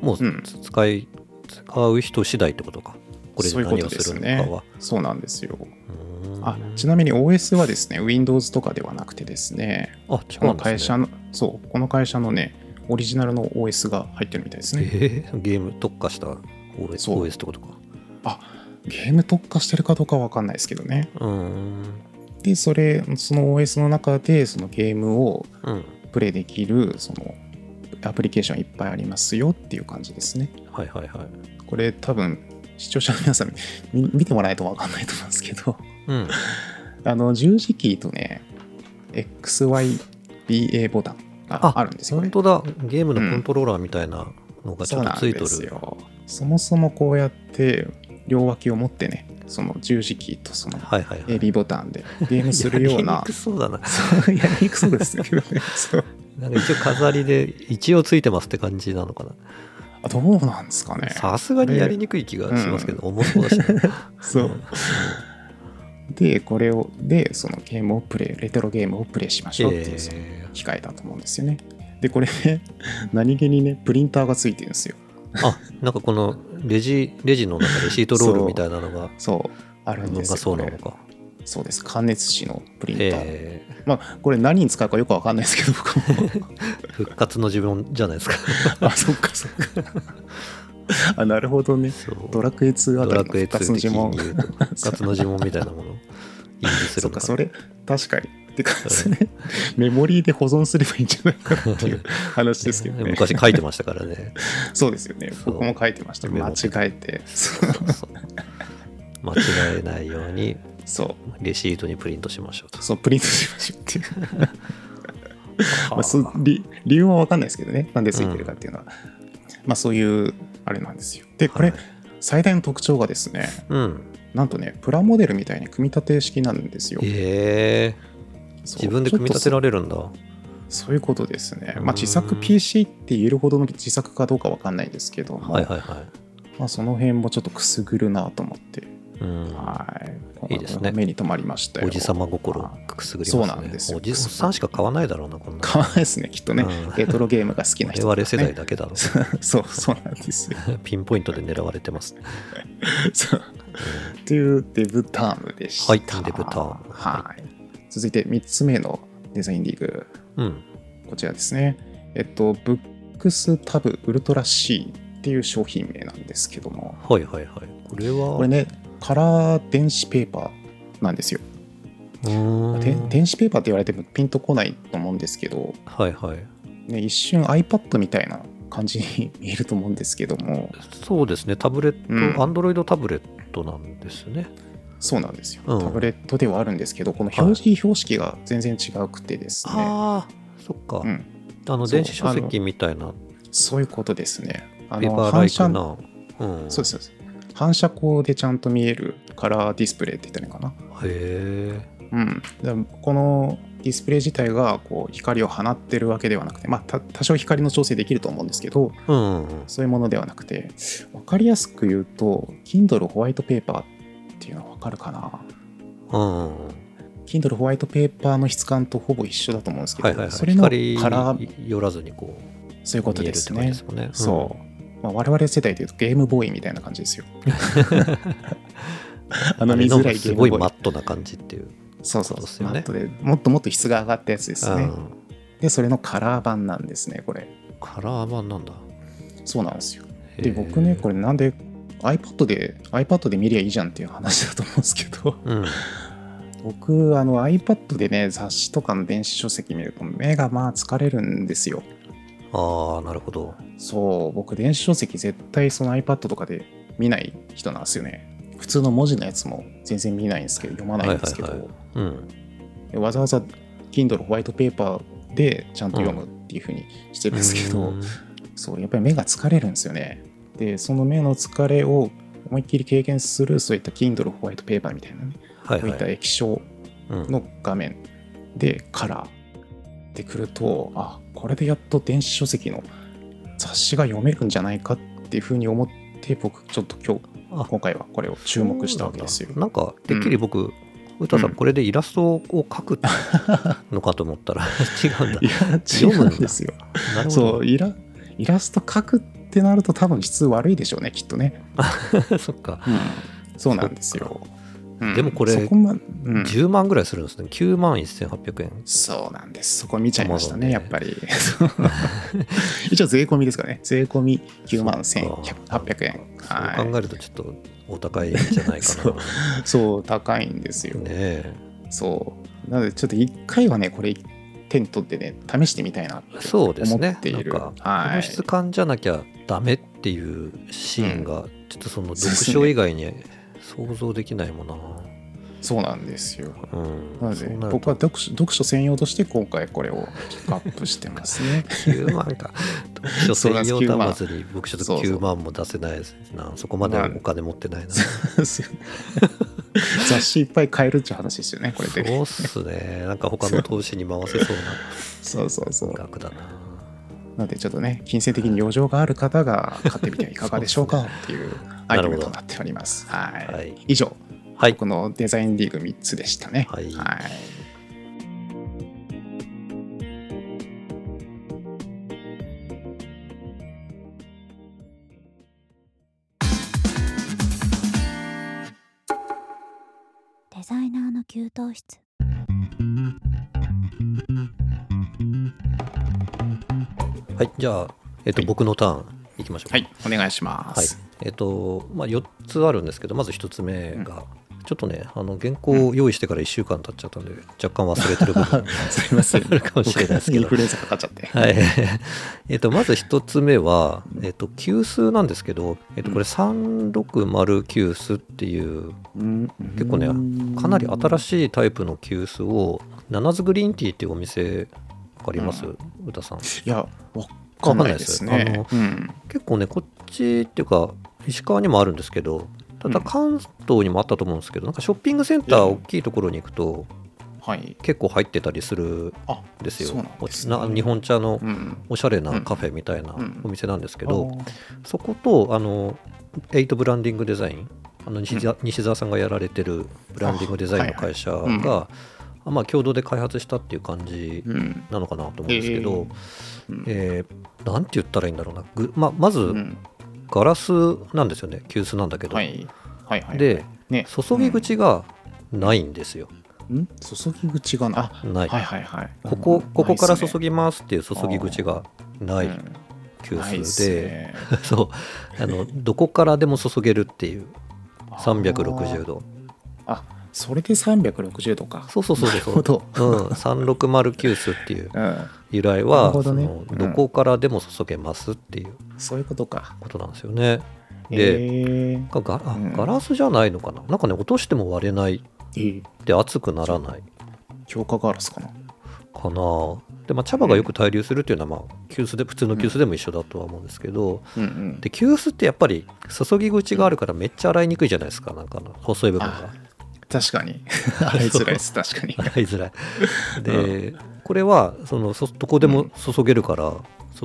Speaker 2: もう
Speaker 3: うん
Speaker 2: つ使い使う人次第ってことか。これ
Speaker 3: そう
Speaker 2: で
Speaker 3: いうこ
Speaker 2: 何
Speaker 3: と
Speaker 2: を
Speaker 3: ですす
Speaker 2: る
Speaker 3: ね
Speaker 2: のかは。
Speaker 3: そうなんですよ。
Speaker 2: うーん
Speaker 3: あちなみに OS はですね、Windows とかではなくてですね、
Speaker 2: あ、違
Speaker 3: こ
Speaker 2: う
Speaker 3: の
Speaker 2: んですね
Speaker 3: 会社の、そう、この会社のね、オリジナルの OS が入ってるみたいですね。
Speaker 2: えーゲーム特化した OS,
Speaker 3: そう
Speaker 2: OS ってことか。
Speaker 3: ゲーム特化してるかどうかは分かんないですけどね。
Speaker 2: うーん。
Speaker 3: で、それ、その OS の中で、そのゲームを
Speaker 2: うん。
Speaker 3: プレイできる、その、アプリケーションいっぱいありますよっていう感じですね。
Speaker 2: はいはいはい。
Speaker 3: これ多分、視聴者の皆さんみ見てもらえないと分かんないと思うんですけど、
Speaker 2: うん。
Speaker 3: あの、十字キーとね、XYBA ボタンがあるんですよ、ね
Speaker 2: 本。当だ。ゲームのコントローラーみたいなのがち
Speaker 3: そ
Speaker 2: ょ
Speaker 3: う
Speaker 2: っ
Speaker 3: な
Speaker 2: と
Speaker 3: ん
Speaker 2: つい
Speaker 3: で
Speaker 2: と
Speaker 3: す
Speaker 2: る。
Speaker 3: よ。そもそもこうやって両脇を持ってね、その十字キーとその
Speaker 2: はいはいはい。
Speaker 3: AB ボタンでゲームするよう
Speaker 2: やりに
Speaker 3: な
Speaker 2: く。そうだな。
Speaker 3: (laughs) そうやりにくそうですけどね。そう
Speaker 2: なんか一応飾りで、一応ついてますって感じなのかな。
Speaker 3: あどうなんですかね。
Speaker 2: さすがにやりにくい気がしますけど、重そうだしな。
Speaker 3: そう。で、これを、で、そのゲームをプレイ、レトロゲームをプレイしましょうっていう、その
Speaker 2: え
Speaker 3: 機会だと思うんですよね。で、これね、何気にね、プリンターがついてるんですよ。
Speaker 2: ーあ、なんかこのレジ、レジの中でシートロールみたいなのが、
Speaker 3: そう、あるん
Speaker 2: の
Speaker 3: です
Speaker 2: が
Speaker 3: よ。
Speaker 2: そうなの
Speaker 3: こ
Speaker 2: か。
Speaker 3: れそうです。関熱紙のプリンター。
Speaker 2: ええ
Speaker 3: まあ、これ何に使うかよくわかんないですけど、
Speaker 2: (laughs)
Speaker 3: 僕も。
Speaker 2: 復活の自分じゃないですか。
Speaker 3: あ、そっかそっか。あ、なるほどね。
Speaker 2: そう
Speaker 3: ドラクエ2あ
Speaker 2: ド
Speaker 3: たり
Speaker 2: ラ
Speaker 3: の
Speaker 2: クエ
Speaker 3: 復活
Speaker 2: 2
Speaker 3: の
Speaker 2: 的
Speaker 3: 呪
Speaker 2: に
Speaker 3: 文。
Speaker 2: 言うと、復活の呪文みたいなものを意味す
Speaker 3: そ
Speaker 2: るの
Speaker 3: っ
Speaker 2: かな。
Speaker 3: か、それ、確かに。てか、それ、メモリーで保存すればいいんじゃないかなっていう話ですけどね。
Speaker 2: (laughs) 昔書いてましたからね。
Speaker 3: そうですよね。
Speaker 2: そう
Speaker 3: 僕も書いてました。
Speaker 2: メモ
Speaker 3: 間
Speaker 2: って
Speaker 3: 違えて。
Speaker 2: そ
Speaker 3: そ
Speaker 2: ううそう間違えないように
Speaker 3: そう、
Speaker 2: レシートにプリントしましょうと。
Speaker 3: そうプリントしましょうっていう。まあ、そう理理由は分かんないですけどね。なんでついてるかっていうのは。まあ、そういう、あれなんですよ。で、これ、
Speaker 2: はい
Speaker 3: 最大の特徴がですね、
Speaker 2: うん。
Speaker 3: なんとね、プラモデルみたいに組み立て式なんですよ。
Speaker 2: ええ
Speaker 3: そう
Speaker 2: 自分で組み立て
Speaker 3: ちょ
Speaker 2: ら
Speaker 3: っ
Speaker 2: れるんだ。
Speaker 3: とそそういうことですね。
Speaker 2: う
Speaker 3: まあ、
Speaker 2: ん
Speaker 3: 自作 PC って言えるほどの自作かどうかわかんないですけども、
Speaker 2: はいはいはい。
Speaker 3: まあ、その辺もちょっとくすぐるなと思って、
Speaker 2: うん。
Speaker 3: はい。
Speaker 2: いいですね
Speaker 3: 目に留まりましたよ。
Speaker 2: おじさま心をくすぐり
Speaker 3: そう
Speaker 2: ま
Speaker 3: な
Speaker 2: す
Speaker 3: ん
Speaker 2: ね
Speaker 3: です。よ
Speaker 2: おじおっさんしか買わないだろうな、こんな。
Speaker 3: かわいですね、きっとね
Speaker 2: うん。
Speaker 3: レトロゲームが好きな
Speaker 2: (laughs) 我
Speaker 3: 人とかね、
Speaker 2: 々世代だけだろう。
Speaker 3: そう、そうなんですよ。
Speaker 2: ピンポイントで狙われてます。
Speaker 3: そう。というデブタームでした。
Speaker 2: はいデブターム
Speaker 3: はい。続いて3つ目のデザインリーグ。
Speaker 2: うん。
Speaker 3: こちらですね。えっと、ブックスタブウルトラ C っていう商品名なんですけども、
Speaker 2: はいはいはい。これは。
Speaker 3: これね、カラー電子ペーパーなんですよ。
Speaker 2: うーん
Speaker 3: で電子ペーパーって言われてもピンとこないと思うんですけど、
Speaker 2: はいはい。
Speaker 3: ね、一瞬 iPad みたいな感じに見えると思うんですけども、
Speaker 2: そうですね、タブレッ
Speaker 3: うん
Speaker 2: ト、アンドロイドタブレットなんですね。
Speaker 3: そうなんですよ。
Speaker 2: うん
Speaker 3: タブレットではあるんですけど、この表示標識が全然違くてですね、
Speaker 2: ああ、そっか。
Speaker 3: うん、
Speaker 2: あの
Speaker 3: そう
Speaker 2: 電子書籍みたいな、
Speaker 3: そういうことですね。あ
Speaker 2: ペーパーラ
Speaker 3: 反
Speaker 2: イ
Speaker 3: 射
Speaker 2: トな。うん、
Speaker 3: そうですそうです。反射光でちゃんと見えるカラーディスプレイって言ったらいいのかな。
Speaker 2: へ
Speaker 3: うん、だからこのディスプレイ自体がこう光を放ってるわけではなくて、まあ、た多少光の調整できると思うんですけど
Speaker 2: え。うんうん。
Speaker 3: そういうものではなくて分かりやすく言うと Kindle ホワイトペーパーっていうのは分かるかな
Speaker 2: うんうん。
Speaker 3: Kindle ホワイトペーパーの質感とほぼ一緒だと思うんですけど、
Speaker 2: はいはいはい。
Speaker 3: それのカラ
Speaker 2: 光
Speaker 3: ー
Speaker 2: によらずにこう、
Speaker 3: そういうこと
Speaker 2: 見え
Speaker 3: で
Speaker 2: るって
Speaker 3: す
Speaker 2: ことで
Speaker 3: ね
Speaker 2: すもんね。
Speaker 3: そう、まあ、我々世代でいうとゲームボーイみたいな感じです
Speaker 2: (laughs)
Speaker 3: よあ
Speaker 2: うん。
Speaker 3: の見づらいゲ
Speaker 2: す
Speaker 3: ー
Speaker 2: ご
Speaker 3: ム
Speaker 2: い
Speaker 3: ボ
Speaker 2: マ
Speaker 3: ーイ
Speaker 2: ットな感じっていう。
Speaker 3: そうそう
Speaker 2: そうです
Speaker 3: そう
Speaker 2: よね
Speaker 3: マットでもっともっと質が上がったやつですね
Speaker 2: うん
Speaker 3: でそれのカラー版なんですねこれ
Speaker 2: カラー版なんだ。
Speaker 3: そうなんですよ
Speaker 2: へ
Speaker 3: で
Speaker 2: え
Speaker 3: 僕ねこれなんで iPad で iPad で見りゃいいじゃんっていう話だと思うんですけ
Speaker 2: (laughs)
Speaker 3: ど
Speaker 2: うん。
Speaker 3: 僕あの iPad でね雑誌とかの電子書籍見ると目がまあ疲れるんですよ
Speaker 2: ああ、なるほど。
Speaker 3: そう僕電子書籍絶対その iPad とかで見ない人なんですよね普通の文字のやつも全然見ないんですけど読まないんですけど、
Speaker 2: はいはいうん。
Speaker 3: でわざわざ Kindle ホワイトペーパーでちゃんと読むっていう風にしてるんですけど、
Speaker 2: うん
Speaker 3: そうやっぱり目が疲れるんですよねでその目の疲れを思いっきり軽減するそういった Kindle ホワイトペーパーみたいなね
Speaker 2: はい
Speaker 3: こういった
Speaker 2: はい。
Speaker 3: 液晶
Speaker 2: うん
Speaker 3: の画面でカラーってくるとあこれでやっと電子書籍の雑誌が読めるんじゃないかっていうふうに思って僕ちょっと今
Speaker 2: あ
Speaker 3: 日今回はこれを注目したわけですよ
Speaker 2: そうなんだなんか、てっきり僕、うたさ、
Speaker 3: うんん
Speaker 2: これでイラストを描くのかと思ったら、違うんだ (laughs)
Speaker 3: い。や違
Speaker 2: 読むんだ
Speaker 3: うんですよ
Speaker 2: なるほど。
Speaker 3: そうイライラスト描くっってなると多分質悪いでしょうねきっとね、
Speaker 2: (laughs) そっか、
Speaker 3: うん、そうなんですよ、うん
Speaker 2: でもこれ
Speaker 3: そこ、まうん、
Speaker 2: 10万ぐらいするんですね9万1800円
Speaker 3: そうなんですそこ見ちゃいましたね
Speaker 2: な
Speaker 3: や
Speaker 2: る
Speaker 3: っ
Speaker 2: ほ
Speaker 3: ぱり (laughs) 一応税込みですからね税込み9万1800円は
Speaker 2: そう
Speaker 3: い
Speaker 2: 考えるとちょっとお高いんじゃないかな
Speaker 3: (laughs) そ、うそう高いんですよ、
Speaker 2: ねえ
Speaker 3: そうなのでちょっと一回はねこれ手に取ってね試してみたいなって
Speaker 2: そうですね
Speaker 3: 思っている
Speaker 2: なんか、
Speaker 3: はい
Speaker 2: この質感じゃなきゃダメっていうシーンが、ちょっとその読書以外に想像できないもんな
Speaker 3: そうなんですよ
Speaker 2: うん
Speaker 3: なので
Speaker 2: そうなる
Speaker 3: 僕
Speaker 2: と
Speaker 3: は読書読書専用として今回これをピックアップしてます
Speaker 2: (laughs)
Speaker 3: ね。 (laughs)
Speaker 2: 9万か読書
Speaker 3: そうなん
Speaker 2: 専
Speaker 3: です
Speaker 2: 用端末に僕ちょっと
Speaker 3: そうそう
Speaker 2: 9万も出せないですなそこまでお金持ってないな
Speaker 3: 雑誌いっぱい買えるっていう話ですよね、これ
Speaker 2: そう
Speaker 3: で、
Speaker 2: っすねなんか他の投資に回せそう
Speaker 3: そうそうそう。
Speaker 2: な
Speaker 3: な
Speaker 2: 額だな
Speaker 3: のでちょっとね、金銭的に余剰がある方が買ってみてはいかがでしょうかっていうアイテムとなっております。はい、
Speaker 2: はい
Speaker 3: 以上、
Speaker 2: はい
Speaker 3: このデザインリーグ3つでしたね。
Speaker 2: はい
Speaker 3: はい
Speaker 4: デザイナーの給湯室
Speaker 2: はいじゃあ、えっと
Speaker 3: はい
Speaker 2: 僕のターンいきましょうか
Speaker 3: はい、お願いしま
Speaker 2: はい
Speaker 3: す。
Speaker 2: えっとまあ、4つあるんですけどまず1つ目が、ちょっとねあの原稿を用意してから1週間経っちゃったんで若干忘れてる部
Speaker 3: (laughs)
Speaker 2: 分
Speaker 3: すいません。
Speaker 2: あるかもしれないですけど
Speaker 3: インフルエンザかかっちゃって。
Speaker 2: はい (laughs) えっとまず1つ目は、えっと、級数なんですけど、えっと、これ360級数っていう
Speaker 3: 結
Speaker 2: 結構ねかなり新しいタイプの急須をナズグリーンティーっていうお店わかります、
Speaker 3: う
Speaker 2: うたさん結
Speaker 3: いや、わかんないです
Speaker 2: わかんない
Speaker 3: ね
Speaker 2: で。
Speaker 3: うん
Speaker 2: 構ねこっちっていうか石川にもあるんですけどただ
Speaker 3: うん
Speaker 2: 関東にもあったと思うんですけどなんかショッピングセンター大きいところに行くと
Speaker 3: はい。
Speaker 2: 結構入ってたりする
Speaker 3: あ、
Speaker 2: んですよ
Speaker 3: そうなんですね
Speaker 2: おな日本茶の
Speaker 3: うん。
Speaker 2: おしゃれなカフェみたいな
Speaker 3: うん
Speaker 2: お店なんですけ
Speaker 3: け
Speaker 2: ど、そことあのエイトブランディングデザインあの西,、西澤さんがやられてるブランディングデザインの会社が
Speaker 3: はいはいうん
Speaker 2: あまあ、共同で開発したっていう感じ
Speaker 3: うん。
Speaker 2: なのかなと思うんですけど、
Speaker 3: うん
Speaker 2: えーなんて言ったらいいんだろうなぐ、まあ、ま
Speaker 3: う
Speaker 2: ず
Speaker 3: ん
Speaker 2: ガラスなんですよね急須なんだけど、
Speaker 3: はい。はいはい。
Speaker 2: で、
Speaker 3: ね、
Speaker 2: 注ぎ口がないんですよ、
Speaker 3: うん。ん注ぎ口がな、あ、
Speaker 2: ない、
Speaker 3: はいはいはい。
Speaker 2: ここここから注
Speaker 3: ぎ
Speaker 2: ぎますっていう注ぎ口がない急須で、 (laughs) そうあのどこからでも注げるっていう360。
Speaker 3: 度。
Speaker 2: 度
Speaker 3: あ、それで360度か。
Speaker 2: そうそうそうそう
Speaker 3: なるほど
Speaker 2: うん、360急須っていう
Speaker 3: うん。
Speaker 2: 由来
Speaker 3: な
Speaker 2: は
Speaker 3: るほ
Speaker 2: そ
Speaker 3: どね
Speaker 2: の
Speaker 3: うん
Speaker 2: どこからでも注げますっていう
Speaker 3: そういうことか。
Speaker 2: ことなんですよね。で、
Speaker 3: え
Speaker 2: がガラ
Speaker 3: うん
Speaker 2: ガラスじゃないのかななんかね落としても割れない
Speaker 3: ー、
Speaker 2: で熱くならない
Speaker 3: 強化ガラスかな。
Speaker 2: かなで、まあ、茶葉がよく対流するっていうのは、まあ、急須で普通の急須でも一緒だとは思うんですけど
Speaker 3: うんうん。
Speaker 2: で急須ってやっぱり注ぎ口があるからめっちゃ洗いにくいじゃないですかなんかあの細い部分が。
Speaker 3: 確かに。洗いづらいです、確かに。
Speaker 2: 洗いづら
Speaker 3: (laughs)
Speaker 2: い。で、これはそのそどこでも注げるから、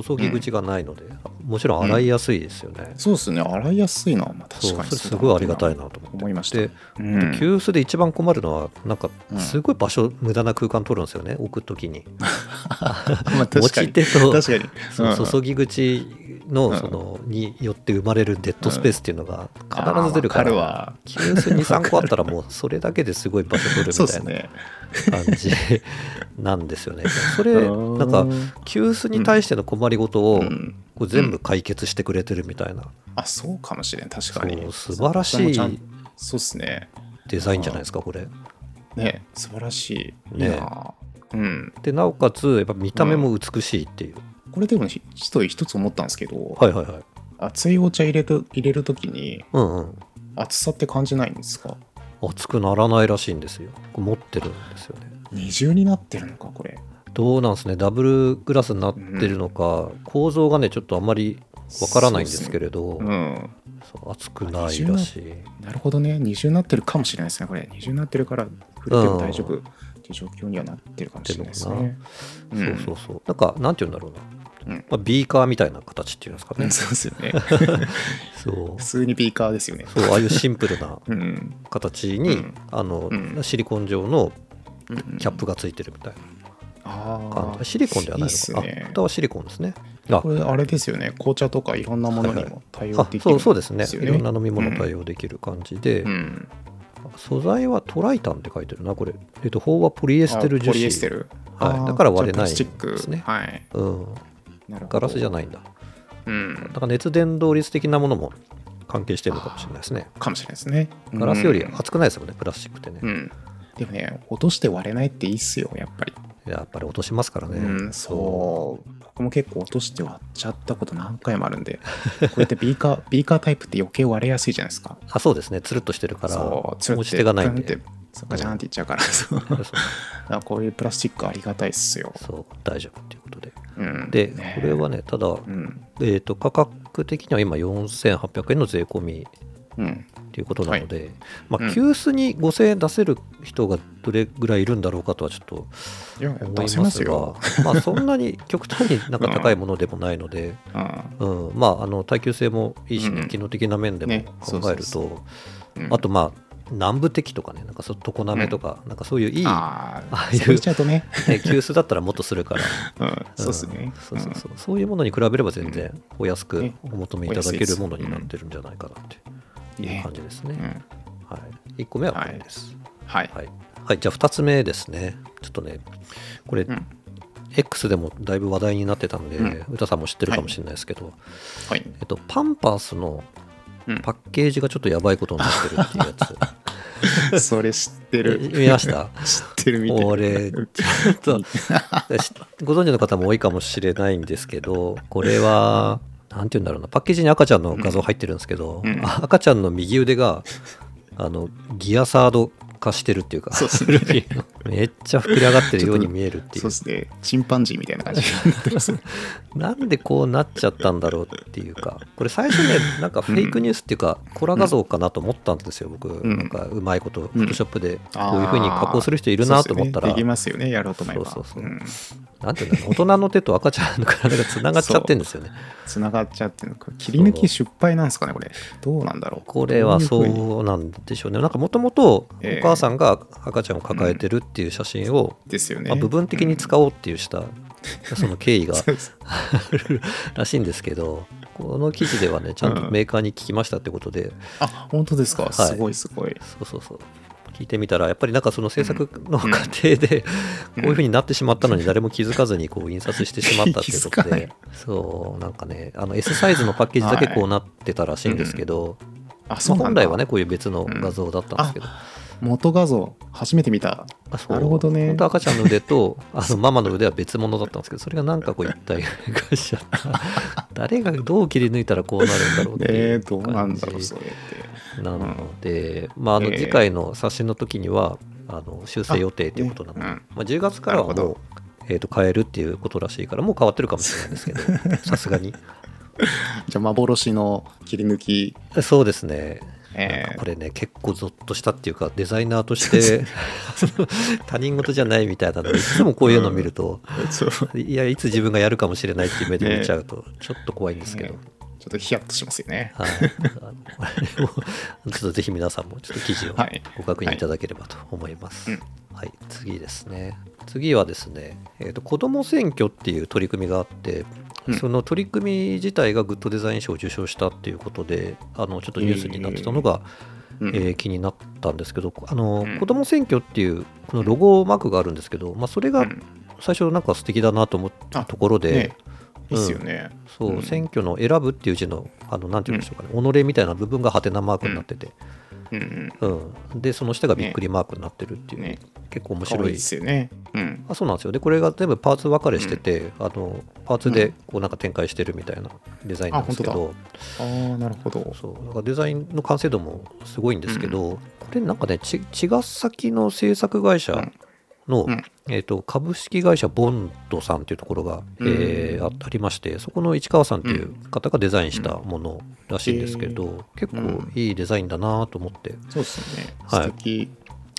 Speaker 2: 注ぎ口がないので、もちろん洗いやすいですよね。
Speaker 3: そうですね、洗いやすいのは、まあ、
Speaker 2: そ
Speaker 3: 確
Speaker 2: う
Speaker 3: かに
Speaker 2: それ
Speaker 3: そう
Speaker 2: す
Speaker 3: だ
Speaker 2: ごいありが
Speaker 3: な
Speaker 2: たいなと思って
Speaker 3: 思いました。
Speaker 2: で、
Speaker 3: うん
Speaker 2: 急須で一番困るのはなんか
Speaker 3: うん
Speaker 2: すごい場所無駄な空間取るんですよね置く時に
Speaker 3: まあ
Speaker 2: 持
Speaker 3: 確か
Speaker 2: ち
Speaker 3: に。
Speaker 2: 手と
Speaker 3: 確かに。
Speaker 2: その注ぎ口
Speaker 3: う
Speaker 2: の
Speaker 3: ん
Speaker 2: そのによって生まれるデッドスペースっていうのが必ず出るか
Speaker 3: あー
Speaker 2: ら
Speaker 3: わか
Speaker 2: 急須23個あったらもうそれだけですごい場所取るみ
Speaker 3: るわ。そうで
Speaker 2: たい
Speaker 3: す
Speaker 2: な
Speaker 3: ね。
Speaker 2: 感じなんです
Speaker 3: (laughs)
Speaker 2: よね。それなんか急須に対しての困りごとを
Speaker 3: うん
Speaker 2: こう全部解決してくれてるみたいな、
Speaker 3: あ、そうかもしれん、確か
Speaker 2: そ
Speaker 3: に。
Speaker 2: う素晴らしい
Speaker 3: それもちゃんそうですね。
Speaker 2: デザインじゃないですかこれ。
Speaker 3: ね、素晴らしい。
Speaker 2: ね
Speaker 3: いいなうん。
Speaker 2: でなおかつやっぱ見た目も美しいっていう、
Speaker 3: これでもひ一人一つ思ったんですけど、
Speaker 2: はいはいはい
Speaker 3: 熱いお茶入れる入れるときに
Speaker 2: うんうん
Speaker 3: 熱さって感じないんですか
Speaker 2: 熱くならないらしいんですよこう持ってるんですよね
Speaker 3: 二重になってるのか、これ。
Speaker 2: どうなんですねダブルグラスになってるのか、構造がねちょっとあんまりわからないんですけれど、
Speaker 3: うん。
Speaker 2: そう熱くないらしい
Speaker 3: なるほどね、二重になってるかもしれないですね、これ。二重になってるから、触れても大丈夫っていう状況にはなってるかもしれないですね。
Speaker 2: そうそうそう。なんか、なんて言うんだろうな。
Speaker 3: うん
Speaker 2: まあ、ビーカーみたいな形っていうんですか
Speaker 3: う
Speaker 2: ね
Speaker 3: ん。そうですよね。
Speaker 2: そう
Speaker 3: 普。通にビーカーですよね。
Speaker 2: そう、ああいうシンプルな
Speaker 3: うん。
Speaker 2: 形に、
Speaker 3: うん
Speaker 2: あの、
Speaker 3: うん
Speaker 2: シリコン状のキャッ
Speaker 3: プ。
Speaker 2: プがついてるみたいな
Speaker 3: あ
Speaker 2: 感
Speaker 3: あ。
Speaker 2: じ。シリコンではない
Speaker 3: いいっす
Speaker 2: のか。
Speaker 3: ね
Speaker 2: あ、蓋はシリコンですね。あ
Speaker 3: これあれですよね、紅茶とかいろんなものにも対応
Speaker 2: あ
Speaker 3: でき
Speaker 2: そ
Speaker 3: るん
Speaker 2: うそうですね
Speaker 3: よ
Speaker 2: いろんな飲み物対応できる感じで、
Speaker 3: うん。
Speaker 2: 素材はトライタンって書いてるなこれ、えっと、法はポリエステル
Speaker 3: あ
Speaker 2: 樹
Speaker 3: ポリエステ
Speaker 2: 脂
Speaker 3: ル。
Speaker 2: はい
Speaker 3: あー
Speaker 2: だから割れないん
Speaker 3: じゃあプラス
Speaker 2: です
Speaker 3: チッ
Speaker 2: ね
Speaker 3: ク。はい。
Speaker 2: うん、
Speaker 3: なるほど
Speaker 2: ガラスじゃないんだ
Speaker 3: うん
Speaker 2: だ。から熱伝導率的なものも関係してるのかもしれないですね
Speaker 3: かもしれないですね。
Speaker 2: ガラスより
Speaker 3: うん
Speaker 2: 熱くないですもんねプラスチックってね
Speaker 3: うん。でもね、落として割れないっていいっすよ、やっぱり。
Speaker 2: やっぱり落としますからね、
Speaker 3: うん、そう。僕も結構落として割っちゃったこと何回もある
Speaker 2: (laughs)
Speaker 3: んで、こうやってビーカー、ビーカータイプって余計割れやすいじゃないですか。
Speaker 2: あそうですねつるっとしてるから
Speaker 3: そう、つる
Speaker 2: 持ち手がないん
Speaker 3: プン
Speaker 2: で
Speaker 3: って、そっか、じゃーんっていっちゃうから、そうだ
Speaker 2: (laughs)
Speaker 3: (laughs)
Speaker 2: そう
Speaker 3: からこういうプラスチックありがたいっすよ。
Speaker 2: そう大丈夫っていうことで
Speaker 3: うん、
Speaker 2: で
Speaker 3: ね
Speaker 2: これはねただ、
Speaker 3: うん、
Speaker 2: えー、と価格的には今4800円の税込み
Speaker 3: うん、
Speaker 2: っていうことなので、ま
Speaker 3: う
Speaker 2: あ、
Speaker 3: ん
Speaker 2: 急須に5000円出せる人がどれぐらいいるんだろうかとはちょっと
Speaker 3: いや、
Speaker 2: 思
Speaker 3: 出
Speaker 2: い
Speaker 3: せ
Speaker 2: ま
Speaker 3: ます
Speaker 2: すが
Speaker 3: よ。、
Speaker 2: まあ、そんなに極端になんか高いものでもないので、
Speaker 3: うん、
Speaker 2: うんまあ、あの耐久性もいいし、
Speaker 3: うんうん
Speaker 2: 機能的な面でも
Speaker 3: ねそう
Speaker 2: 考
Speaker 3: そ
Speaker 2: え
Speaker 3: う
Speaker 2: る
Speaker 3: そ
Speaker 2: と、
Speaker 3: うん
Speaker 2: あと、まあ、南部的とかね、なんかそう常滑とか、なんかそういういい、
Speaker 3: あ
Speaker 2: あ
Speaker 3: あ
Speaker 2: あい
Speaker 3: いうう。それ言っちゃうとね、
Speaker 2: ね、急須だったらもっとするから、
Speaker 3: うん、 (laughs) そうっすね。
Speaker 2: うんそうそうそうそういうものに比べれば全然お安
Speaker 3: う
Speaker 2: く
Speaker 3: ん
Speaker 2: お求めいただけるものになってるんじゃないかなっていう感じですね。
Speaker 3: うんうん
Speaker 2: はい、1個目はこれです。
Speaker 3: はい。
Speaker 2: はい、はい、じゃあ2つ目ですね。ちょっとね、これ、
Speaker 3: うん
Speaker 2: X でもだいぶ話題になってたんで、
Speaker 3: う
Speaker 2: 歌さんも知ってるかもしれないですけど、
Speaker 3: はい。
Speaker 2: えっと、パンパースの
Speaker 3: うん
Speaker 2: パッケージがちょっとやばいことになってるっていうやつ、
Speaker 3: (laughs) それ知って
Speaker 2: え
Speaker 3: る。
Speaker 2: 見ました
Speaker 3: 知ってるみたい。
Speaker 2: こ
Speaker 3: (laughs)
Speaker 2: れ、ちょっと、 (laughs) しご存知の方も多いかもしれないんですけど、これは、なんて言うんだろうな、パッケージに赤ちゃんの画像入ってるんですけど、
Speaker 3: うん
Speaker 2: 赤ちゃんの右腕が、あの、ギアサード化してるっていうか、
Speaker 3: そうっすね
Speaker 2: (laughs) めっちゃ膨れ上がってるように見えるってい
Speaker 3: そうう。ですね。チンパンジーみたいな感じになって
Speaker 2: (laughs)
Speaker 3: ます。
Speaker 2: なんでこうなっちゃったんだろうっていうか、これ最初ね、なんかフェイクニュースっていうか、コラ画像かなと思ったんですよ、僕。
Speaker 3: ん
Speaker 2: なんかうまいこと、フォトショップでこういう
Speaker 3: 風
Speaker 2: 風に加工する人いるなと思ったら、
Speaker 3: できますよね、やろうと思えば。
Speaker 2: そうそうそうんなんていうんだろう大人の手と赤ちゃんの体がつながっちゃってるんですよね。
Speaker 3: 繋がっちゃってるのか。切り抜き失敗なんですかね、これ。どうなんだろう。
Speaker 2: これはそ
Speaker 3: どい風に
Speaker 2: うなんでしょうね。なんかもともと
Speaker 3: ええ
Speaker 2: お母さんが赤ちゃんを抱えてるっていう写真を、
Speaker 3: ですよね。
Speaker 2: まあ、部分的に使おうっていうした、その経緯 (laughs) が
Speaker 3: そうです
Speaker 2: あるらしいんですけど、この記事ではね、ちゃんとメーカーに聞きましたってことで、
Speaker 3: あ、本当です
Speaker 2: はい
Speaker 3: か。すごいすごい。
Speaker 2: そうそうそう。聞いてみたら、やっぱりなんかその制作の過程で、こういうふうになってしまったのに誰も気づかずにこう印刷してしまったっていうこと
Speaker 3: (laughs) 気づかな
Speaker 2: で
Speaker 3: い、
Speaker 2: そう、なんかね、あの S サイズのパッケージだけこうなってたらしいんですけど、
Speaker 3: あ、
Speaker 2: ま
Speaker 3: そ
Speaker 2: あ
Speaker 3: うなん
Speaker 2: 本
Speaker 3: だ。
Speaker 2: 来はね、こういう別の画像だったんですけど、
Speaker 3: 元画像、初めて見た。
Speaker 2: あそう
Speaker 3: なるほどね
Speaker 2: 本当は赤ちゃんの腕とあのママの腕は別物だったんですけど、それがなんかこう一体 (laughs) 化しちゃった。誰がどう切り抜いたらこうなるんだろうってい
Speaker 3: え
Speaker 2: う
Speaker 3: ー、どう
Speaker 2: 感じ
Speaker 3: なんだろう、それって。
Speaker 2: なので、まあ、あの
Speaker 3: ええ
Speaker 2: 次回の刷新の時には、あの修正予定ということなので、
Speaker 3: あね
Speaker 2: まあ、10月からは
Speaker 3: なる
Speaker 2: もう
Speaker 3: ほ、
Speaker 2: えー、と変えるっていうことらしいからもう変わってるかもしれないですけど
Speaker 3: (laughs)
Speaker 2: さすがに
Speaker 3: じゃあ、幻の切り抜き。
Speaker 2: そうですね、
Speaker 3: え
Speaker 2: なんか
Speaker 3: ー
Speaker 2: これね結構ゾッとしたっていうかデザイナーとして (laughs) 他人事じゃないみたいなのでいつもこういうの見ると、
Speaker 3: そう
Speaker 2: いやいつ自分がやるかもしれないっていう目で見ちゃうとちょっと怖いんですけど。
Speaker 3: ねちょっとヒヤッとしますよね。
Speaker 2: はい、あのこれもちょっとぜひ皆さんもちょっと記事を
Speaker 3: はい
Speaker 2: ご確認いただければと思います。は
Speaker 3: はいい、
Speaker 2: 次ですね。次はですね、えーと、子ども選挙っていう取り組みがあって、
Speaker 3: うん
Speaker 2: その取り組み自体がグッドデザイン賞を受賞したっていうことで、あのちょっとニュースになってたのが、
Speaker 3: う
Speaker 2: え
Speaker 3: ん
Speaker 2: ー気になったんですけど、あの
Speaker 3: うん
Speaker 2: 子ども選挙っていうこのロゴマークがあるんですけど、まあ、それ
Speaker 3: う
Speaker 2: が
Speaker 3: ん
Speaker 2: 最初、なんか素敵だなと思ったところで。
Speaker 3: ねいいっすよね。
Speaker 2: そう、
Speaker 3: うん
Speaker 2: 選挙の選ぶっていう字の、あのなんて言うんでしょうかね、己みたいな部分がハテナマークになってて、
Speaker 3: うんうん。
Speaker 2: うんで、その下がびっくりマークになってるっていう、
Speaker 3: ね
Speaker 2: 結構面
Speaker 3: か
Speaker 2: 白
Speaker 3: わ
Speaker 2: い
Speaker 3: いいっすよね。うん。
Speaker 2: あ。そうなんですよ。で、これが全部パーツ分かれしてて、あのパーツでこうなんか展開してるみたいなデザインなんですけ
Speaker 3: あ
Speaker 2: ど、
Speaker 3: 本ああ、なるほど。
Speaker 2: そうなんかデザインの完成度もすごいんですけど、これなんかね、ち茅ヶ崎の制作会社の、
Speaker 3: うん
Speaker 2: えー、と株式会社ボンドさんというところが、
Speaker 3: うん
Speaker 2: えーあありましてそこの市川さんという方がデザインしたものらしいんですけど、結構いいデザインだなと思って
Speaker 3: そうですね。
Speaker 2: はい
Speaker 3: 素敵。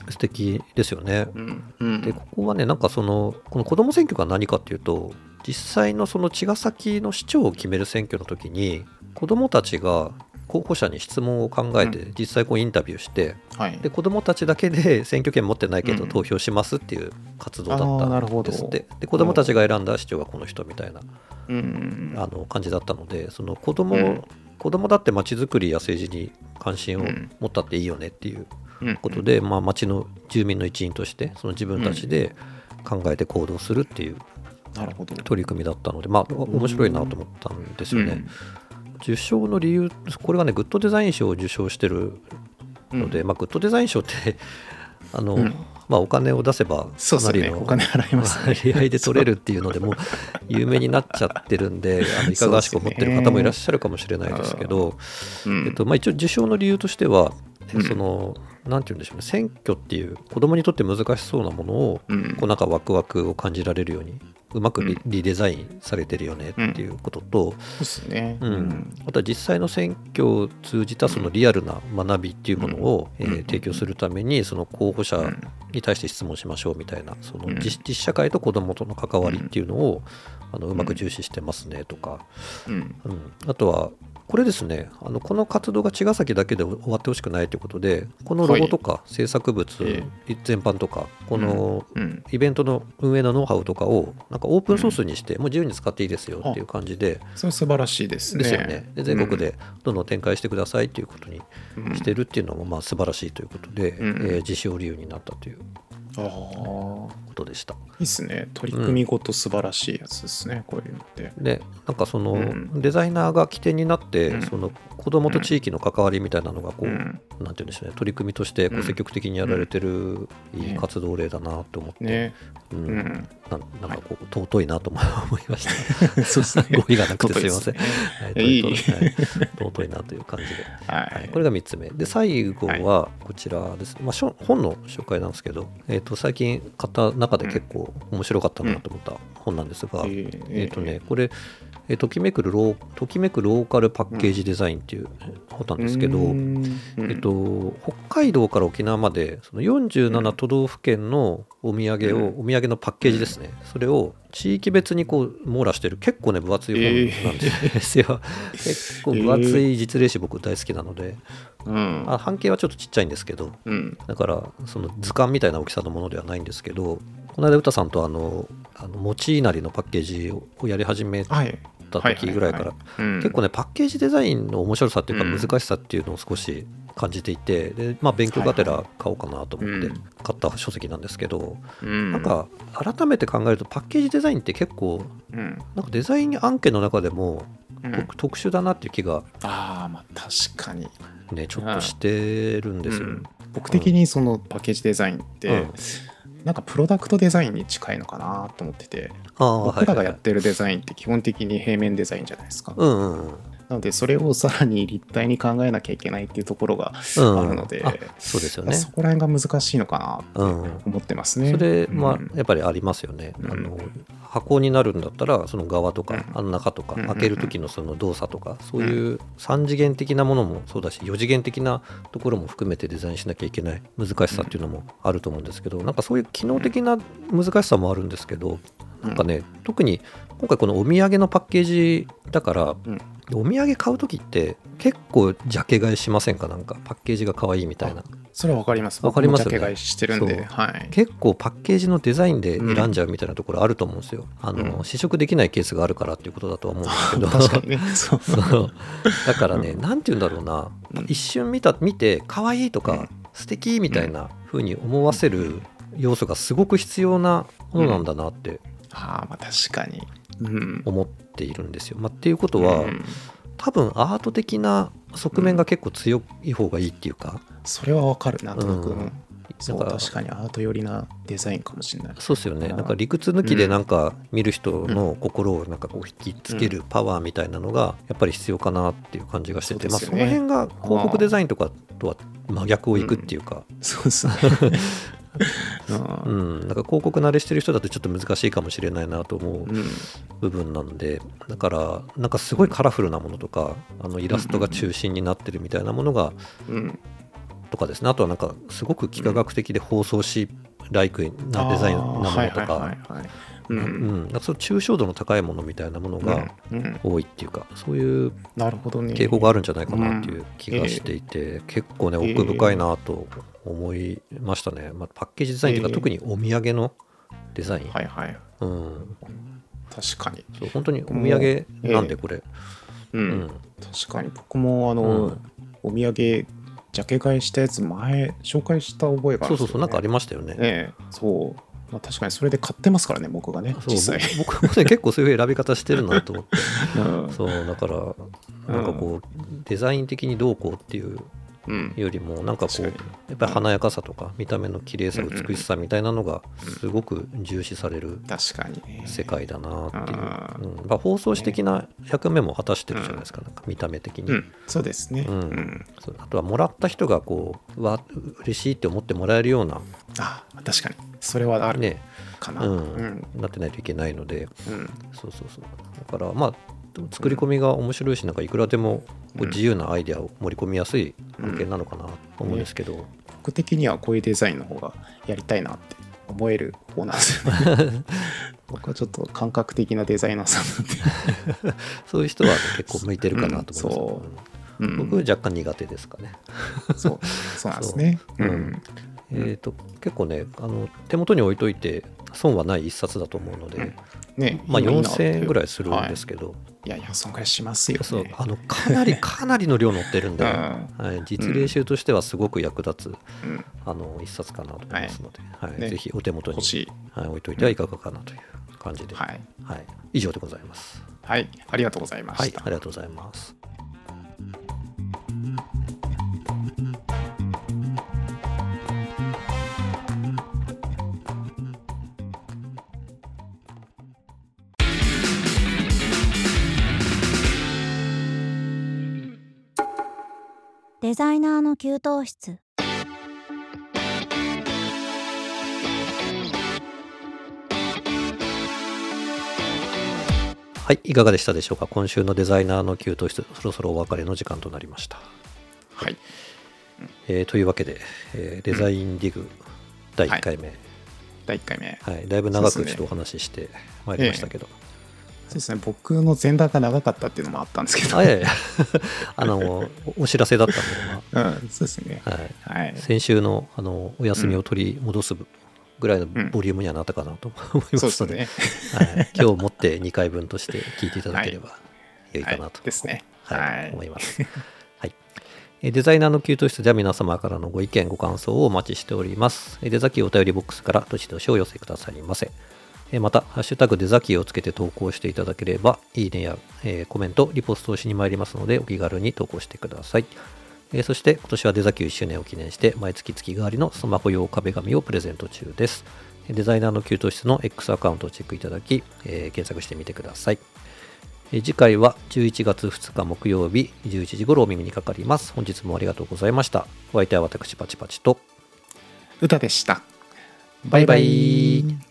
Speaker 2: 素敵ですよね。
Speaker 3: うん。うん
Speaker 2: でここはねなんかそのこの子ども選挙が何かっていうと実際のその茅ヶ崎の市長を決める選挙の時に子どもたちが候補者に質問を考えて実際こうインタビューして
Speaker 3: はい。
Speaker 2: で子どもたちだけで選挙権持ってないけ
Speaker 3: う
Speaker 2: ど
Speaker 3: ん
Speaker 2: 投票しますっていう活動だ
Speaker 3: あーな
Speaker 2: っ
Speaker 3: る
Speaker 2: た
Speaker 3: ほ
Speaker 2: ん
Speaker 3: ど
Speaker 2: ですってで子どもたちが選んだ市長がこの人みたいな
Speaker 3: うんうん
Speaker 2: あの感じだったのでその子ど
Speaker 3: う
Speaker 2: も
Speaker 3: ん
Speaker 2: 子どもだってまちづくりや政治に関心を
Speaker 3: うん
Speaker 2: 持ったっていいよねっていう
Speaker 3: うん。うん
Speaker 2: ことで、まあ、町の住民の一員としてその自分たちで考えて行動するっていう
Speaker 3: なるほど。
Speaker 2: 取り組みだったので、まあ、面白いなと思ったんですよね。受賞の理由これがねグッドデザイン賞を受賞してる
Speaker 3: うん
Speaker 2: ので、まあ、グッドデザイン賞って (laughs) あの、
Speaker 3: うん
Speaker 2: まあ、お金を出せば
Speaker 3: そう
Speaker 2: か
Speaker 3: で
Speaker 2: な
Speaker 3: す
Speaker 2: り
Speaker 3: ね。
Speaker 2: の
Speaker 3: お金払います
Speaker 2: (laughs)
Speaker 3: ね。
Speaker 2: 割合で取れるっていうのでもう有名になっちゃってるんであ
Speaker 3: (laughs)
Speaker 2: のいかがわしく思ってる方もいらっしゃるかもしれないですけど
Speaker 3: うん
Speaker 2: えっとまあ、一応受賞の理由としては、
Speaker 3: うん
Speaker 2: そのなんて言うんでしょうね選挙っていう子供にとって難しそうなものを、
Speaker 3: うん
Speaker 2: こうなんかワクワクを感じられるようにうまくリ,、
Speaker 3: うん
Speaker 2: デザインされてるよねっていうことと、
Speaker 3: そうですね。
Speaker 2: うんあとは実際の選挙を通じたそのリアルな学びっていうものを、
Speaker 3: うん
Speaker 2: えー
Speaker 3: うん
Speaker 2: 提供するためにその候補
Speaker 3: う
Speaker 2: 者
Speaker 3: ん
Speaker 2: に対して質問しましょうみたいなその
Speaker 3: うん
Speaker 2: 実実社会と子どもとの関わりっていうのをあのうまく重視してますねとか、
Speaker 3: うん
Speaker 2: うん、あとはこれですねあのこの活動が茅ヶ崎だけで終わってほしくないということでこのロゴとか制作物
Speaker 3: え
Speaker 2: 全般とかこの
Speaker 3: うん
Speaker 2: イベントの運営のノウハウとかをなんかオープンソースにしてもう自由に使っていいですよっていう感じで。
Speaker 3: それ素晴らしいですね。
Speaker 2: ですよね。で全国でどんどん展開してくださいということに
Speaker 3: うん
Speaker 2: してるっていうのもまあ素晴らしいということで、
Speaker 3: うん
Speaker 2: えー自称理由になったという
Speaker 3: ああ。
Speaker 2: ことでした。
Speaker 3: いいっすね。取り組みごと素晴らしいやつですね、こういうのって。
Speaker 2: でなんかその
Speaker 3: うん
Speaker 2: デザイナーが起点になって、
Speaker 3: うん
Speaker 2: その子どもと地域の関わりみたいなのがこう、
Speaker 3: うん
Speaker 2: なんていうんでしょうね取り組みとしてこ
Speaker 3: う
Speaker 2: うん積極的にやられてる
Speaker 3: ん
Speaker 2: いい活動例だなと思って、
Speaker 3: ね。
Speaker 2: う
Speaker 3: うん
Speaker 2: なん
Speaker 3: ん。
Speaker 2: (laughs) なんかこう尊いなとも (laughs) 思いました。
Speaker 3: (laughs) そうですね。
Speaker 2: 語彙がなくてすいません。
Speaker 3: そうですね
Speaker 2: はい
Speaker 3: いい
Speaker 2: 尊はい尊いなという感じで。
Speaker 3: は
Speaker 2: はい
Speaker 3: い。
Speaker 2: これが3つ目で最後はこちらです、まあ、しょ本の紹介なんですけど、えー、と最近買った中で結構面白かったなと思った本なんですが、
Speaker 3: え
Speaker 2: えっ、
Speaker 3: ー
Speaker 2: とね、これ、えーときめくロー「ときめくローカルパッケージデザイン」っていう本なんですけど、
Speaker 3: うん
Speaker 2: えっと、北海道から沖縄までその47都道府県のお土産を、お土産のパッケージですね、それを地域別にこう網羅してる結構ね分厚い本なんです (laughs) よ、結構分厚い実例誌僕大好きなので、
Speaker 3: うん。
Speaker 2: あ半径はちょっとちっちゃいんですけど
Speaker 3: うん。
Speaker 2: だからその図鑑みたいな大きさのものではないんですけどこの間歌さんとあのあの餅いなりのパッケージをやり始めた
Speaker 3: はい。
Speaker 2: 時ぐらいから、
Speaker 3: はははい
Speaker 2: 結構
Speaker 3: ね、
Speaker 2: ねパッケージデザインの面白さっていう
Speaker 3: うん
Speaker 2: か難しさっていうのを少し感じていて、でまあ、勉強がてら買おうかなと思って
Speaker 3: うん
Speaker 2: 買った書籍なんですけど、
Speaker 3: うん、
Speaker 2: なん、か改めて考えるとパッケージデザインって結構
Speaker 3: うん
Speaker 2: なんかデザイン案件の中でも
Speaker 3: うん、
Speaker 2: 特特殊だなっていう気が
Speaker 3: ああ、まあ確かに。
Speaker 2: ねちょっとしてるんですよ、
Speaker 3: うん僕的にそのパッケージデザインって、
Speaker 2: うん
Speaker 3: なんかプロダクトデザインに近いのかなと思ってて、
Speaker 2: ああはい
Speaker 3: 僕らがやってるデザインって基本的に平面デザインじゃないですか。
Speaker 2: うんうんうん
Speaker 3: なのでそれをさらに立体に考えなきゃいけないっていうところが
Speaker 2: うん
Speaker 3: あるので、
Speaker 2: あそうですよね
Speaker 3: そこら辺が難しいのかな
Speaker 2: うん
Speaker 3: と思ってますね。
Speaker 2: それは
Speaker 3: うん
Speaker 2: やっぱりありますよね、
Speaker 3: うん
Speaker 2: あの箱になるんだったらその側とか
Speaker 3: うん
Speaker 2: あの中とか
Speaker 3: うん
Speaker 2: 開ける時のその動作とかそういう3次元的なものもそうだし4次元的なところも含めてデザインしなきゃいけない難しさっていうのもあると思うんですけどなんかそういう機能的な難しさもあるんですけどなんかね特に今回このお土産のパッケージだから
Speaker 3: うん
Speaker 2: お土産買う時って結構ジャケ買いしませんかなんかパッケージが可愛いみたいな
Speaker 3: それはわかります。
Speaker 2: わかりますよね
Speaker 3: 僕もジャケ買いしてるん
Speaker 2: そう
Speaker 3: で、はい。
Speaker 2: 結構パッケージのデザインで選んじゃうみたいなところあると思うんですよ。あの、
Speaker 3: うん
Speaker 2: 試食できないケースがあるからっていうことだとは思うん (laughs) で
Speaker 3: 確
Speaker 2: すけ
Speaker 3: か
Speaker 2: ど。
Speaker 3: にね。 (laughs) そう。
Speaker 2: そうだからね、なんて言うんだろうな、
Speaker 3: うん
Speaker 2: 一瞬見た見て可愛いとか、
Speaker 3: うん
Speaker 2: 素敵みたいな風に思わせる要素がすごく必要なものなんだなって
Speaker 3: ああ、まあ確かに。うん。
Speaker 2: 思っているんですよ。まあ、っていうことは、
Speaker 3: うん
Speaker 2: 多分アート的な側面が結構強い方がいいっていうか、
Speaker 3: それはわかる、なんとなく。
Speaker 2: うん
Speaker 3: うんそう
Speaker 2: なんか
Speaker 3: 確かにアート寄りなデザインかも
Speaker 2: (laughs)
Speaker 3: しれない。
Speaker 2: そうですよね。
Speaker 3: うん
Speaker 2: なんか理屈抜きでなんか見る人の心をなんかこう引きつけるパワーみたいなのがやっぱり必要かなっていう感じがしてて、
Speaker 3: そ
Speaker 2: まあ
Speaker 3: うで
Speaker 2: そ
Speaker 3: すよ
Speaker 2: の辺
Speaker 3: ね
Speaker 2: が広告デザインとかとは真逆をいくっていうか、
Speaker 3: そうですね。
Speaker 2: う、
Speaker 3: (laughs) うん。
Speaker 2: なんか広告慣れしてる人だとちょっと難しいかもしれないなと思うん部分なので、だからなんかすごいカラフルなものとか、あのイラストが中心になってるみたいなものが
Speaker 3: うん。
Speaker 2: とかですね。あとはなんかすごく幾何学的で包装し楽なデザインなものとか、
Speaker 3: はいはいはいはい、う
Speaker 2: うんん、だからその抽象度の高いものみたいなものが
Speaker 3: うんうん
Speaker 2: 多いっていうか、そういう
Speaker 3: なるほどね
Speaker 2: 傾向があるんじゃないかなっていう気がしていて、結構ね
Speaker 3: ええ
Speaker 2: 奥深いなと思いましたね、まあ、パッケージデザインというか、
Speaker 3: ええ
Speaker 2: 特にお土産のデザイン、
Speaker 3: はいはい
Speaker 2: うん、
Speaker 3: 確かに、
Speaker 2: そう本当にお土産なん
Speaker 3: ええ
Speaker 2: でこれ、
Speaker 3: う
Speaker 2: うん
Speaker 3: ん、確かに僕もあ
Speaker 2: う
Speaker 3: の、お土産ジャケ買いしたやつ前紹介した覚えがあ
Speaker 2: そ
Speaker 3: る
Speaker 2: うそうそうなんかありましたよね、
Speaker 3: ええそう、まあ、確かにそれで買ってますからね僕がね
Speaker 2: そう
Speaker 3: 実際、
Speaker 2: (laughs) 僕僕もね結構そういう選び方してるなと思って
Speaker 3: うん
Speaker 2: そうだからなんかこうデザイン的にどうこうっていう
Speaker 3: うん、
Speaker 2: よりもなんかこう
Speaker 3: 確か
Speaker 2: や
Speaker 3: に
Speaker 2: っぱり華やかさとか見た目の綺麗さ
Speaker 3: うんうんうん
Speaker 2: 美しさみたいなのがすごく重視される
Speaker 3: 確かにね
Speaker 2: 世界だなっていう、
Speaker 3: あ
Speaker 2: うんまあ、放送紙的な役目も果たしてるじゃないですかなんか見た目的に、
Speaker 3: うんそうですね
Speaker 2: う
Speaker 3: うんん、
Speaker 2: そうあとはもらった人がこううわ嬉しいって思ってもらえるような
Speaker 3: あ確かにそれはある
Speaker 2: ね、
Speaker 3: かな、
Speaker 2: う
Speaker 3: うんん、
Speaker 2: なってないといけないので
Speaker 3: うん
Speaker 2: そうそうそうだからまあ作り込みが面白いしなんかいくらでもこう
Speaker 3: うん
Speaker 2: 自由なアイデアを盛り込みやすい案件なのかなと思うんですけど、
Speaker 3: 僕的にはこういうデザインの方がやりたいなって思える方なんですよね
Speaker 2: (laughs)
Speaker 3: 僕はちょっと感覚的なデザイナーさんなんで
Speaker 2: そういう人はね、結構向いてるかなと思います、
Speaker 3: うん
Speaker 2: う
Speaker 3: うんん
Speaker 2: 僕若干苦手ですかね。
Speaker 3: そうそうなんですね
Speaker 2: そう
Speaker 3: う
Speaker 2: うん
Speaker 3: ん
Speaker 2: えー、と結構ねあの手元に置いといて損はない一冊だと思うので、
Speaker 3: ね
Speaker 2: まあ、
Speaker 3: 今いいなっ
Speaker 2: 4000
Speaker 3: て
Speaker 2: 円ぐらいするんですけど、
Speaker 3: はい、いやいやそんぐらいしますよ、ね、
Speaker 2: そうあのかな
Speaker 3: (laughs)
Speaker 2: りかなりの量載ってるんで、
Speaker 3: うん
Speaker 2: はい、実例集としてはすごく役立つ、
Speaker 3: うん
Speaker 2: あの一冊かなと思いますので、はい
Speaker 3: ね
Speaker 2: ぜひお手元に
Speaker 3: 欲しい
Speaker 2: はい、置いといてはいかがかなという感じで、
Speaker 3: はい
Speaker 2: はい、以上でございます。
Speaker 3: はいありがとうございま
Speaker 2: はい
Speaker 3: し、た
Speaker 2: ありがとうございます。
Speaker 4: デザイナーの給湯室
Speaker 2: はい、いかがでしたでしょうか。今週のデザイナーの給湯室、そろそろお別れの時間となりました。
Speaker 3: はい
Speaker 2: えーというわけで、えーデザインディグ第1回目、はい
Speaker 3: 第1回目
Speaker 2: だいぶ長
Speaker 3: そう
Speaker 2: く
Speaker 3: です
Speaker 2: ちょ
Speaker 3: ね
Speaker 2: っとお話ししてまいりましたけど、
Speaker 3: そうですね僕の前段が長かったっていうのもあったんですけど、
Speaker 2: あいやいや (laughs) あのおお知らせだったの
Speaker 3: うんそうですね
Speaker 2: で、まあはい、
Speaker 3: はい
Speaker 2: 先週のあのお休みを取り戻すぐらいのボリュームにはなったかなと思いま
Speaker 3: そうですす
Speaker 2: ので、
Speaker 3: ね
Speaker 2: はい、今日持って2回分として聞いていただければ良いかな
Speaker 3: は
Speaker 2: と
Speaker 3: い、ですね
Speaker 2: はい
Speaker 3: はい
Speaker 2: 思い
Speaker 3: (laughs)
Speaker 2: ます。はいえーデザイナーの給湯室では皆様からのご意見、ご感想をお待ちしております。えーデザキーお便りボックスからどしどしお寄せくださいませ。えーまた、ハッシュタグデザキーをつけて投稿していただければ、いいねや、えーコメント、リポストをしに参りますので、お気軽に投稿してください。えーそして、今年はデザキー1周年を記念して、毎月月替わりのスマホ用壁紙をプレゼント中です。えーデザイナーの給湯室の X アカウントをチェックいただき、えー検索してみてください。えー次回は11月2日木曜日11時頃お耳にかかります。本日もありがとうございました。お相手は私パチパチと。
Speaker 3: 歌でした
Speaker 2: バイバイ